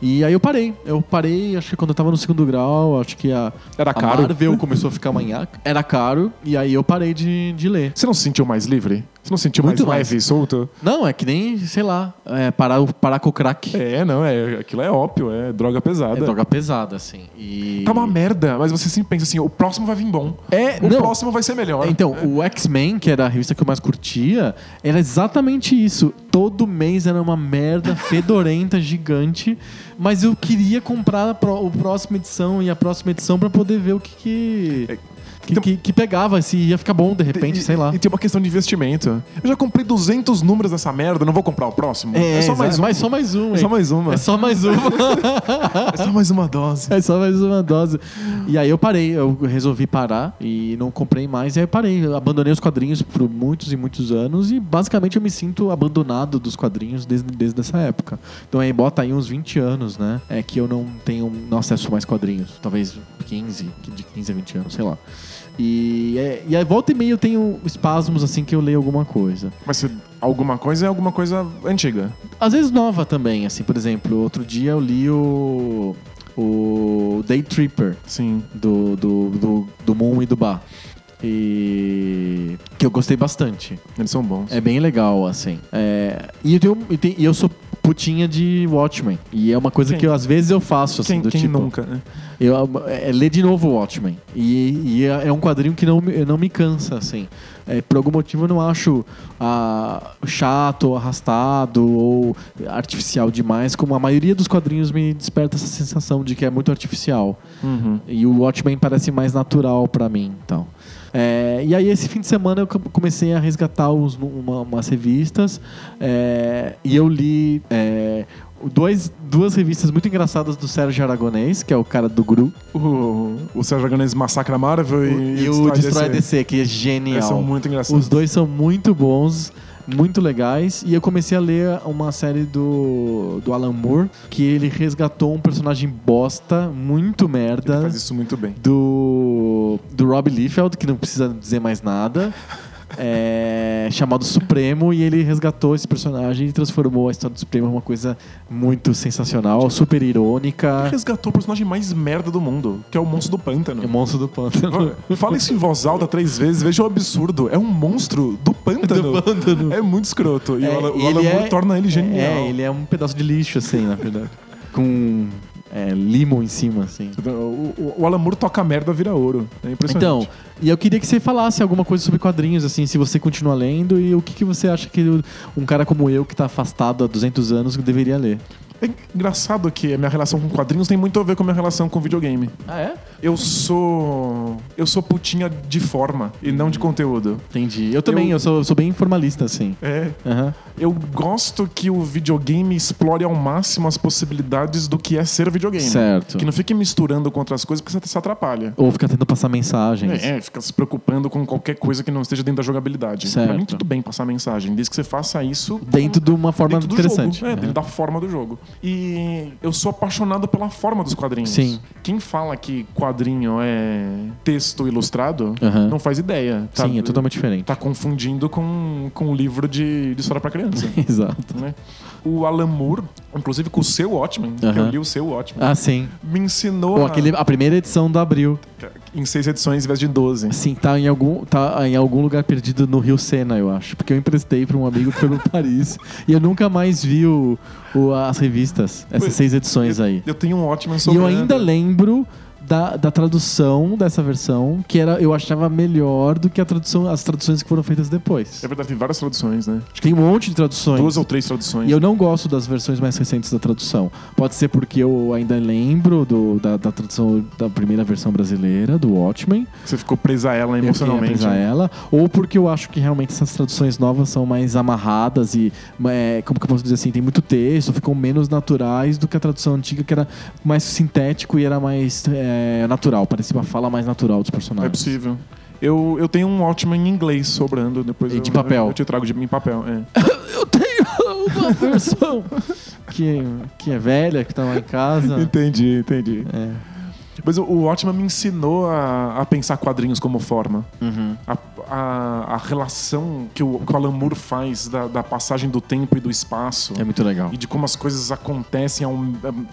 S1: E aí eu parei. Eu parei, acho que quando eu tava no segundo grau, acho que a,
S2: Era
S1: a
S2: caro.
S1: Marvel começou a ficar manhaca. Era caro, e aí eu parei de, de ler.
S2: Você não se sentiu mais livre? Você não se sentiu
S1: Muito
S2: mais
S1: mais.
S2: leve e solto?
S1: Não, é que nem, sei lá, é, parar, o- parar com o crack. É,
S2: É, não, é, aquilo é ópio, é droga pesada.
S1: droga pesada, assim. E...
S2: Tá uma merda, mas você sempre pensa assim, o próximo vai vir bom.
S1: É,
S2: O
S1: não.
S2: próximo vai ser melhor.
S1: Então, o X-Men, que era a revista que eu mais curtia, era exatamente isso. Todo mês era uma
S2: [laughs]
S1: merda fedorenta, gigante, mas eu queria comprar a, pró- o próxima edição e a próxima edição pra poder ver o que que, que, que- que pegava, se ia ficar bom de repente,
S2: É, então, E-
S1: sei lá.
S2: E tem uma questão de investimento. Eu já comprei 200 números dessa merda, não vou comprar o próximo.
S1: exa- mas só É, mais um.
S2: É só mais uma.
S1: É só mais
S2: [laughs]
S1: uma.
S2: É só mais uma
S1: [laughs]
S2: dose.
S1: É só mais uma dose. E aí eu parei, eu resolvi parar e não comprei mais. E aí eu parei, eu abandonei os quadrinhos por muitos e muitos anos e basicamente eu me sinto abandonado dos quadrinhos desde, desde essa época. Então aí bota aí uns 20 anos, né? É que eu não tenho, não acesso mais quadrinhos. Talvez 15, de 15 a 20 anos, sei lá. E, é, e aí volta e meia eu tenho espasmos assim que eu leio alguma coisa.
S2: Mas se alguma coisa é alguma coisa antiga.
S1: Às vezes nova também, assim, por exemplo, outro dia eu li o, o Day Tripper
S2: Sim.
S1: do, do, do, do Moon e do Bar. E que eu gostei bastante.
S2: Eles são bons.
S1: É bem legal, assim. É, e, eu tenho- e tem- e eu sou putinha de Watchmen. E é uma coisa
S2: Quem-
S1: que eu, às vezes eu faço, assim,
S2: quem
S1: do
S2: quem
S1: tipo.
S2: nunca, né?
S1: Eu, é, é ler de novo o Watchmen. E, e é é um quadrinho que não, me- não me cansa, assim. É, por algum motivo eu não acho ah, chato, arrastado ou artificial demais, como a maioria dos quadrinhos me desperta essa sensação de que é muito artificial.
S2: Uhum.
S1: E o Watchmen parece mais natural pra mim, então. É, e aí, esse fim de semana, eu com- comecei a resgatar uns- uma- umas revistas. é, e eu li é, dois, duas revistas muito engraçadas do Sérgio Aragonês, que é o cara do Gru,
S2: O, o Sérgio Aragonês massacra a Marvel
S1: e,
S2: e,
S1: o Destrói
S2: DC.
S1: DC, que é
S2: Eles
S1: genial.
S2: são um muito engraçados.
S1: Os dois são muito bons. muito legais. E eu comecei a ler uma série do, do Alan Moore, que ele resgatou um personagem bosta, muito merda.
S2: Faz isso muito bem.
S1: do, do Rob Liefeld, que não precisa dizer mais nada. é, chamado Supremo, e ele resgatou esse personagem e transformou a história do Supremo em uma coisa muito sensacional, super
S2: Ele
S1: irônica.
S2: resgatou o personagem mais merda do mundo, que é o monstro do pântano.
S1: É o monstro do pântano.
S2: Fala isso em voz alta três vezes, veja o absurdo. É um monstro do pântano.
S1: Do pântano.
S2: É muito escroto. E
S1: É,
S2: o Alan, o
S1: ele
S2: Alan Moore
S1: é-
S2: torna ele genial.
S1: É, ele é um pedaço de lixo, assim, na verdade. Com é, limo em cima, assim.
S2: O, o, o Alan Moore toca merda, vira ouro. É impressionante.
S1: Então, e eu queria que você falasse alguma coisa sobre quadrinhos, assim, se você continua lendo e o que, que você acha que o- um cara como eu, que tá afastado há 200 anos, deveria ler.
S2: É engraçado que a minha relação com quadrinhos tem muito a ver com a minha relação com videogame.
S1: Ah, é?
S2: Eu sou. Eu sou putinha de forma e não de conteúdo.
S1: Entendi. Eu também, eu,
S2: Eu-
S1: sou, sou bem formalista, assim.
S2: É.
S1: Aham.
S2: Eu gosto que o videogame explore ao máximo as possibilidades do que é ser videogame.
S1: Certo.
S2: Que não fique misturando com outras coisas porque você se atrapalha.
S1: Ou fica tentando passar mensagens.
S2: É, é, fica se preocupando com qualquer coisa que não esteja dentro da jogabilidade.
S1: Certo.
S2: Pra mim, tudo bem passar mensagem, desde que você faça isso
S1: Dentro de uma forma
S2: dentro do
S1: interessante.
S2: Jogo, é, dentro da forma do jogo. E eu sou apaixonado pela forma dos quadrinhos.
S1: Sim.
S2: Quem fala que quadrinho é texto ilustrado,
S1: Aham.
S2: não faz ideia. Tá,
S1: Sim, é totalmente diferente.
S2: Tá confundindo com, com um livro de, de história pra criança.
S1: [laughs] [laughs] Exato.
S2: né? O Alan Moore, inclusive com o seu Watchmen, que eu
S1: Aham.
S2: li o seu Watchmen,
S1: Ah, sim.
S2: me ensinou
S1: Ou
S2: a-
S1: aquele, a primeira edição da Abril.
S2: em seis edições em vez de doze.
S1: Sim, tá em, algum, tá em algum lugar perdido no Rio Sena, eu acho. Porque eu emprestei pra um amigo que foi pra
S2: [laughs]
S1: Paris. e eu nunca mais vi o, o- as revistas, essas
S2: Pois,
S1: seis edições
S2: eu,
S1: aí.
S2: Eu tenho um Watchmen
S1: E
S2: sobrando.
S1: eu ainda lembro da, da tradução dessa versão, que era, eu achava melhor do que a tradução, as traduções que foram feitas depois.
S2: É verdade, tem várias traduções, né?
S1: Tem um monte de traduções.
S2: Duas ou três traduções.
S1: E eu não gosto das versões mais recentes da tradução. Pode ser porque eu ainda lembro do- da, da tradução da primeira versão brasileira, do Watchmen.
S2: Você ficou presa a ela
S1: Eu queria
S2: emocionalmente. né?
S1: apresar ela. Ou porque eu acho que realmente essas traduções novas são mais amarradas e, é, como que eu posso dizer assim, tem muito texto, ficam menos naturais do que a tradução antiga, que era mais sintético e era mais é, natural. Parecia uma fala mais natural dos
S2: É
S1: personagens.
S2: possível. Eu, eu tenho um Watchmen em inglês sobrando. Depois
S1: E
S2: eu-
S1: de papel.
S2: Eu, te trago de em papel. é.
S1: Eu tenho [laughs] uma versão que, que é velha, que tá lá em casa.
S2: [laughs] Entendi, entendi.
S1: É.
S2: Mas o, o Watchmen me ensinou a, a pensar quadrinhos como forma.
S1: Uhum.
S2: A, a, a relação que o, que o Alan Moore faz da, da passagem do tempo e do espaço.
S1: É muito legal.
S2: E de como as coisas acontecem ao,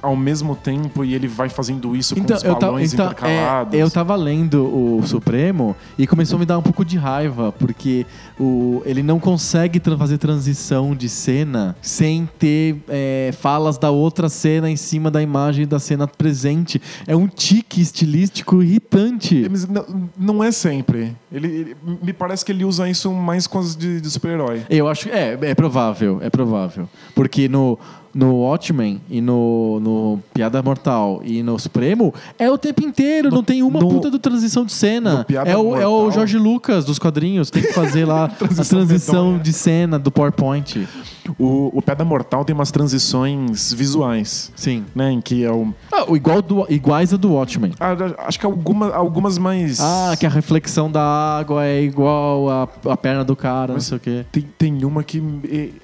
S2: ao mesmo tempo e ele vai fazendo isso
S1: Então,
S2: com
S1: eu,
S2: os
S1: ta,
S2: balões
S1: então,
S2: intercalados.
S1: é, eu tava lendo o Supremo e começou a me dar um pouco de raiva, porque o, ele não consegue tra- fazer transição de cena sem ter é, falas da outra cena em cima da imagem da cena presente. É um tique estilístico irritante.
S2: Mas não, não é sempre. Ele, ele- me parece que ele usa isso mais com as de, de super-herói.
S1: Eu acho que é, é provável, é provável. Porque no, no Watchmen e no, no Piada Mortal e no Supremo é o tempo inteiro, não tem uma
S2: no-
S1: puta de transição de
S2: no
S1: cena.
S2: Piada
S1: É o, é o
S2: Mortal-
S1: Jorge Lucas dos quadrinhos, tem que fazer
S2: [laughs]
S1: lá a transição
S2: medonha.
S1: de cena do PowerPoint.
S2: O, o Pedra Mortal tem umas transições visuais,
S1: Sim.
S2: né? Em que é o.
S1: Ah, o igual do, iguais a do Watchmen.
S2: Ah, acho que alguma, algumas mais.
S1: Ah, que a reflexão da água é igual a, a perna do cara, não sei o quê.
S2: Tem, tem uma que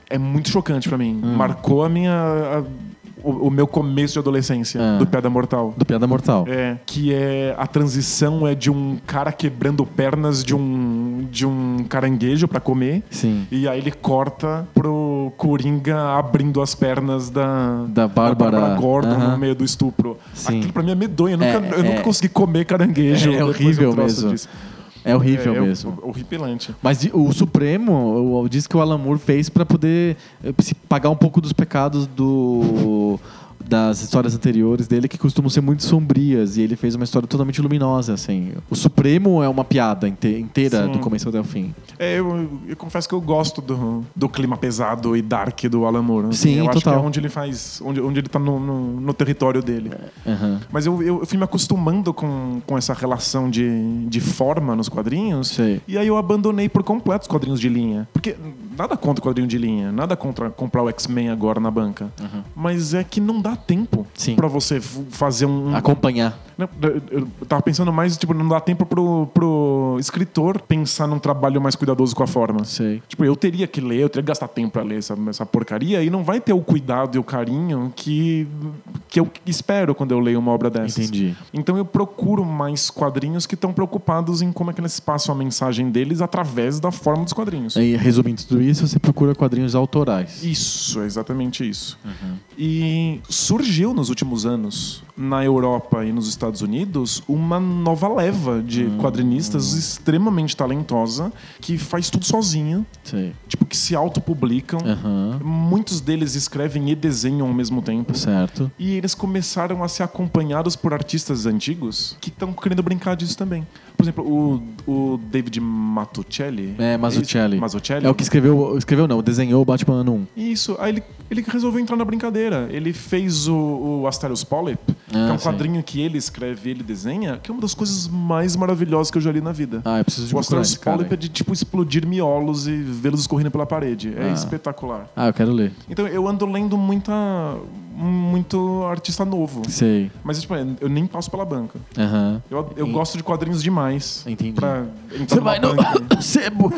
S2: é, é muito chocante pra mim.
S1: Hum.
S2: Marcou a minha. a- o, o meu começo de adolescência
S1: Ah.
S2: do Pedra Mortal.
S1: Do Piada Mortal.
S2: É, que é a transição é de um cara quebrando pernas de um de um caranguejo pra comer.
S1: Sim.
S2: E aí ele corta pro Coringa abrindo as pernas da
S1: Da Bárbara.
S2: Gordon
S1: Aham.
S2: no meio do estupro.
S1: Sim.
S2: Aquilo pra mim é medonho. Eu nunca,
S1: É,
S2: eu
S1: é.
S2: nunca consegui comer caranguejo.
S1: É
S2: depois
S1: horrível
S2: de um troço
S1: mesmo.
S2: disso.
S1: É horrível
S2: É, é
S1: mesmo.
S2: hor- Horripilante.
S1: Mas de- o Supremo o- o- diz que o Alan Moore fez para poder eh, se pagar um pouco dos pecados do das histórias anteriores dele que costumam ser muito sombrias e ele fez uma história totalmente luminosa assim. O Supremo é uma piada inte- inteira
S2: Sim.
S1: do começo até o fim.
S2: É, eu, eu confesso que eu gosto do, do clima pesado e dark do Alan Moore.
S1: Sim,
S2: eu acho que é
S1: total. É,
S2: onde ele faz. onde, onde ele tá no, no- no território dele.
S1: Aham.
S2: Mas eu, eu, eu fui me acostumando com, com essa relação de, de forma nos quadrinhos.
S1: Sei.
S2: E aí eu abandonei por completo os quadrinhos de linha. Porque nada contra o quadrinho de linha, nada contra comprar o X-Men agora na banca. Mas é que não dá tempo
S1: Uhum. Sim.
S2: pra você f- fazer um.
S1: Uhum. Acompanhar.
S2: Não, eu- eu eu tava pensando mais, tipo, não dá tempo pro, pro escritor pensar num trabalho mais cuidadoso com a forma.
S1: Sei.
S2: Tipo, eu teria que ler, eu teria que gastar tempo pra ler essa, essa porcaria e não vai ter o cuidado e o carinho que, que eu espero quando eu leio uma obra dessas.
S1: Entendi.
S2: Então eu procuro mais quadrinhos que estão preocupados em como é que eles passam a mensagem deles através da forma dos quadrinhos.
S1: E, resumindo tudo isso, você procura quadrinhos autorais.
S2: Isso, é exatamente isso. E surgiu nos últimos anos, na Europa e nos Estados Unidos, uma nova leva de quadrinistas extremamente talentosa que faz tudo sozinha,
S1: Sei.
S2: tipo, que se autopublicam.
S1: Aham.
S2: Muitos deles escrevem e desenham ao mesmo tempo.
S1: Certo.
S2: E eles começaram a ser acompanhados por artistas antigos que estão querendo brincar disso também. Por exemplo, o, o David Mazzucchelli.
S1: É, Mazzucchelli.
S2: Esse- Mazzucchelli.
S1: É o que escreveu, escreveu não, desenhou o Batman ano 1.
S2: Isso, aí ele, ele resolveu entrar na brincadeira. Ele fez o, o Asterios Polyp, que
S1: Ah,
S2: é um
S1: sim.
S2: quadrinho que ele escreve e ele desenha, que é uma das coisas mais maravilhosas que eu já li na vida.
S1: Ah, eu preciso de
S2: o
S1: procurar
S2: Asterios
S1: esse cara.
S2: Polyp é de, tipo, explodir miolos e vê-los escorrendo pela parede. É
S1: Ah.
S2: espetacular.
S1: Ah, eu quero ler.
S2: Então, eu ando lendo muita, muito artista novo.
S1: Sei.
S2: Mas, tipo, eu nem passo pela banca.
S1: Aham.
S2: Eu, eu
S1: E-
S2: gosto de quadrinhos demais.
S1: Entendi.
S2: Pra entrar
S1: Você
S2: numa
S1: vai no
S2: banca.
S1: sebo.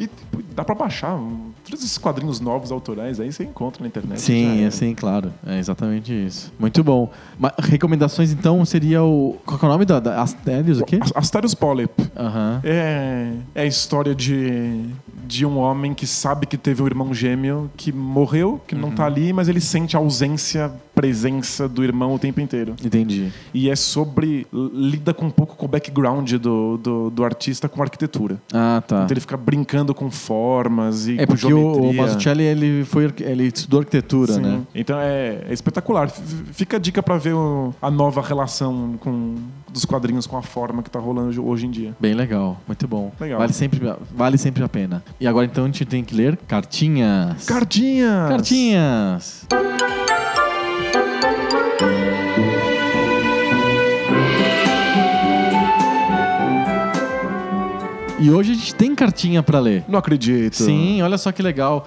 S2: E tipo, dá pra baixar. um, Todos esses quadrinhos novos, autorais, aí você encontra na internet.
S1: Sim,
S2: já
S1: é
S2: era.
S1: sim, claro. É exatamente isso. Muito bom. Mas recomendações, então, seria o... Qual que é o nome da... da Astélios aqui?
S2: As- Asterios Polyp.
S1: Aham.
S2: É, é a história de, de um homem que sabe que teve um irmão gêmeo que morreu, que não tá
S1: Uhum.
S2: ali, mas ele sente a ausência, presença do irmão o tempo inteiro.
S1: Entendi.
S2: E é sobre. lida com um pouco com o background do, do, do artista com a arquitetura.
S1: Ah, tá.
S2: Então ele fica brincando com formas e
S1: É
S2: com
S1: porque o, o
S2: geometria.
S1: Mazzucchelli, ele, foi, arqu- ele estudou arquitetura,
S2: Sim.
S1: né?
S2: Então é, é espetacular. F- f- Fica a dica pra ver o- a nova relação com, dos quadrinhos com a forma que tá rolando jo- hoje em dia.
S1: Bem legal, muito bom.
S2: Legal.
S1: Vale, sempre, vale sempre a pena. E agora então a gente tem que ler cartinhas.
S2: Cartinhas!
S1: Cartinhas! E hoje a gente tem cartinha pra ler. Então.
S2: Não acredito.
S1: Sim, olha só que legal.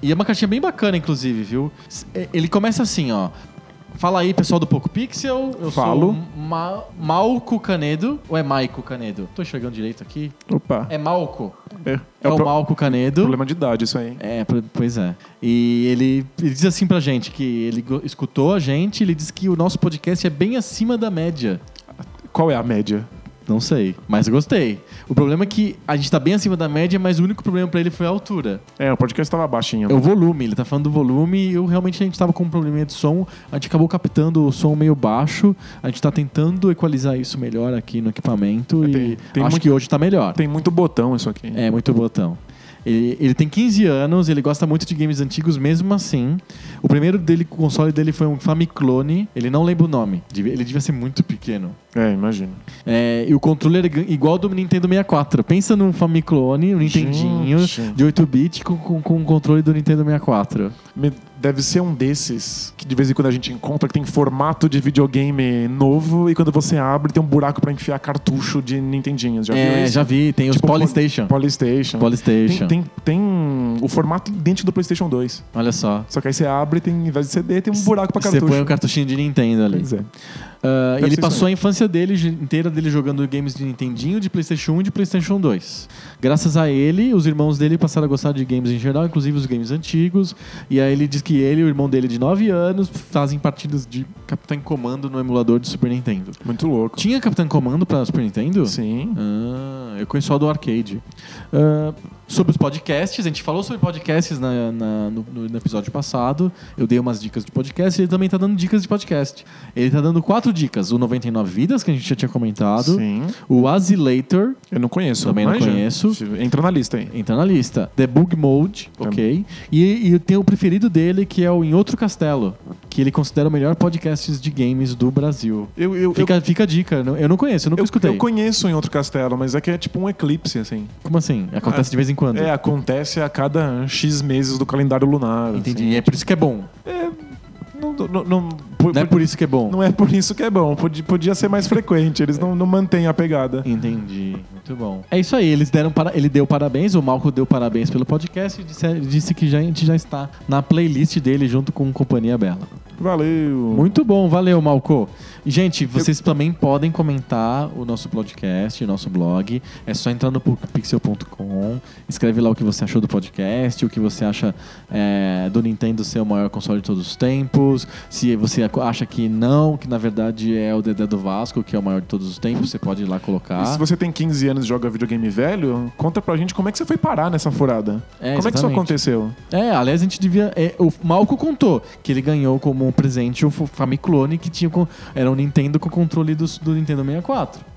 S1: E é uma cartinha bem bacana, inclusive, viu? S- é, Ele começa assim, ó. Fala aí, pessoal do Poco Pixel. Eu
S2: Falo.
S1: sou Ma Malco Canedo. Ou é Maico Canedo? Tô enxergando direito aqui.
S2: Opa.
S1: É Malco.
S2: É,
S1: É,
S2: é
S1: o
S2: um pro-
S1: Malco Canedo.
S2: problema de idade isso aí. hein?
S1: É, pro- pois é. E ele, ele diz assim pra gente que ele go- escutou a gente, ele diz que o nosso podcast é bem acima da média.
S2: Qual é a média?
S1: Não sei, mas eu gostei. O problema é que a gente tá bem acima da média, mas o único problema pra ele foi a altura.
S2: É, o podcast tava baixinho.
S1: É o volume, ele tá falando do volume e eu realmente a gente tava com um probleminha de som, a gente acabou captando o som meio baixo, a gente tá tentando equalizar isso melhor aqui no equipamento e
S2: É, Tem- tem
S1: acho
S2: muito-
S1: que hoje tá melhor.
S2: Tem muito botão isso aqui.
S1: É, muito botão. Ele, ele tem 15 anos, ele gosta muito de games antigos mesmo assim. O primeiro dele, o console dele foi um Famiclone, ele não lembra o nome, devia- ele devia ser muito pequeno.
S2: É, imagino.
S1: É, e o controle era igu- igual ao do Nintendo 64. Pensa num Famiclone, um Nintendinho
S2: Gente.
S1: de 8-bit com, com, com o controle do Nintendo 64.
S2: Me- Deve ser um desses que de vez em quando a gente encontra que tem formato de videogame novo e quando você abre tem um buraco pra enfiar cartucho de Nintendinhos. Já viu
S1: é,
S2: isso?
S1: já vi, tem
S2: Tipo,
S1: os Polystation.
S2: Polystation.
S1: Polystation.
S2: Tem, tem, tem o formato idêntico do PlayStation 2.
S1: Olha só.
S2: Só que aí você abre e tem, em vez de CD, tem um buraco pra
S1: Você
S2: cartucho.
S1: põe um cartuchinho de Nintendo ali.
S2: Pois é.
S1: Ah,
S2: Deve
S1: ele
S2: ser
S1: passou
S2: isso
S1: a infância dele ge- inteira dele jogando games de Nintendinho, de PlayStation 1 e de PlayStation 2. Graças a ele, os irmãos dele passaram a gostar de games em geral, inclusive os games antigos. E aí ele diz que ele e o irmão dele de 9 anos fazem partidas de Capitão Comando no emulador do Super Nintendo.
S2: Muito louco.
S1: Tinha Capitão Comando para Super Nintendo?
S2: Sim.
S1: Ah, eu conheço só do arcade. Ah, sobre os podcasts, a gente falou sobre podcasts na- na- no, no- no episódio passado. Eu dei umas dicas de podcast e ele também tá dando dicas de podcast. Ele tá dando quatro dicas: o 99 Vidas, que a gente já tinha comentado,
S2: Sim.
S1: o Azilator,
S2: Eu não conheço.
S1: Também não
S2: manja?
S1: conheço.
S2: Entra na lista aí.
S1: entra na lista, The Bug Mode, ok. E, e tem o preferido dele, que é o Em Outro Castelo, que ele considera o melhor podcast de games do Brasil.
S2: Eu, eu,
S1: Fica, fica a dica, eu não- eu não conheço, eu nunca
S2: eu,
S1: escutei.
S2: eu conheço em outro castelo, mas é que é tipo um eclipse, assim.
S1: Como assim? Acontece de vez em quando.
S2: É, acontece a cada X meses do calendário lunar.
S1: Entendi.
S2: assim.
S1: E é por isso que é bom.
S2: Não, não, não, po-
S1: Não é por isso que é bom.
S2: não é por isso que é bom. Podia, podia ser mais frequente. Eles não, não mantêm a pegada.
S1: é. Entendi. Muito bom. É isso aí. Eles deram para... Ele deu parabéns, o Malco deu parabéns pelo podcast e disse, disse que já, a gente já está na playlist dele junto com Companhia Bela.
S2: Valeu!
S1: Muito bom, valeu, Malco. Gente, vocês também podem comentar o nosso podcast, o nosso blog. É só entrar no pixel.com, escreve lá o que você achou do podcast, o que você acha é, do Nintendo ser o maior console de todos os tempos. Se você acha que não, que na verdade é o Dedé do Vasco, que é o maior de todos os tempos, você pode ir lá colocar.
S2: E se você tem 15 anos e joga videogame velho, conta pra gente como é que você foi parar nessa furada.
S1: É,
S2: como é que isso
S1: exatamente.
S2: aconteceu?
S1: É, aliás, a gente devia. é, o Malco contou que ele ganhou como um presente o F- Famiclone, que tinha com- era um Nintendo com controle do, do Nintendo 64.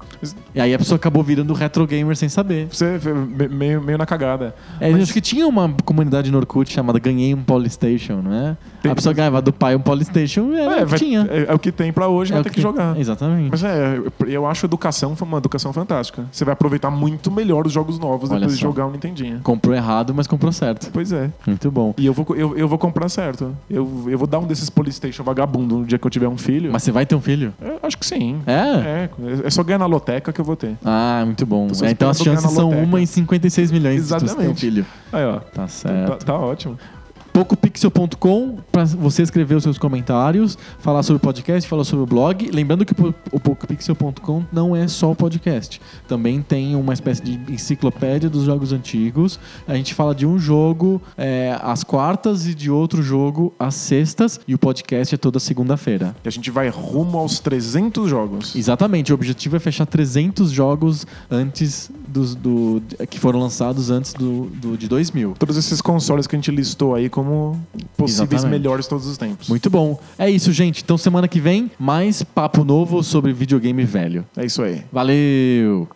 S1: E aí a pessoa acabou virando retro gamer sem saber.
S2: Você foi me- meio, meio na cagada.
S1: É,
S2: Mas-
S1: Acho que tinha uma comunidade no Orkut chamada Ganhei um Polystation, né?
S2: Tem-
S1: a pessoa ganhava do pai um Polystation, era o que
S2: vai-
S1: tinha.
S2: É, é o que tem pra hoje,
S1: É
S2: vai
S1: o
S2: ter que, jogar.
S1: Exatamente.
S2: Mas é, eu- eu acho a educação foi uma educação fantástica. Você vai aproveitar muito melhor os jogos novos
S1: Olha
S2: depois de
S1: só.
S2: jogar o Nintendinho.
S1: Comprou errado, mas comprou certo.
S2: Pois é.
S1: Muito bom.
S2: E eu vou, co- eu, eu vou comprar certo. Eu, eu vou dar um desses Polystation vagabundo no dia que eu tiver um filho.
S1: Mas você vai ter um filho?
S2: Eu acho que sim.
S1: É?
S2: É, é só ganhar na loteca que eu vou ter.
S1: Ah, muito bom.
S2: Tô só
S1: É, então as
S2: esperando
S1: chances
S2: ganhar na
S1: são
S2: loteca.
S1: 1 em 56 milhões de você ter um
S2: Exatamente.
S1: filho.
S2: Aí, ó.
S1: Tá certo.
S2: Tá, tá ótimo.
S1: PocoPixel.com para você escrever os seus comentários, falar sobre o podcast, falar sobre o blog. Lembrando que o po- o PocoPixel.com não é só o podcast. Também tem uma espécie de enciclopédia dos jogos antigos. A gente fala de um jogo é, às quartas e de outro jogo às sextas. E o podcast é toda segunda-feira.
S2: E a gente vai rumo aos 300 jogos.
S1: Exatamente. O objetivo é fechar 300 jogos antes dos do, que foram lançados antes do, do- de 2000.
S2: Todos esses consoles que a gente listou aí como possíveis
S1: Exatamente.
S2: melhores todos os tempos.
S1: Muito bom. É isso, gente. Então semana que vem, mais papo novo sobre videogame velho.
S2: É isso aí.
S1: Valeu!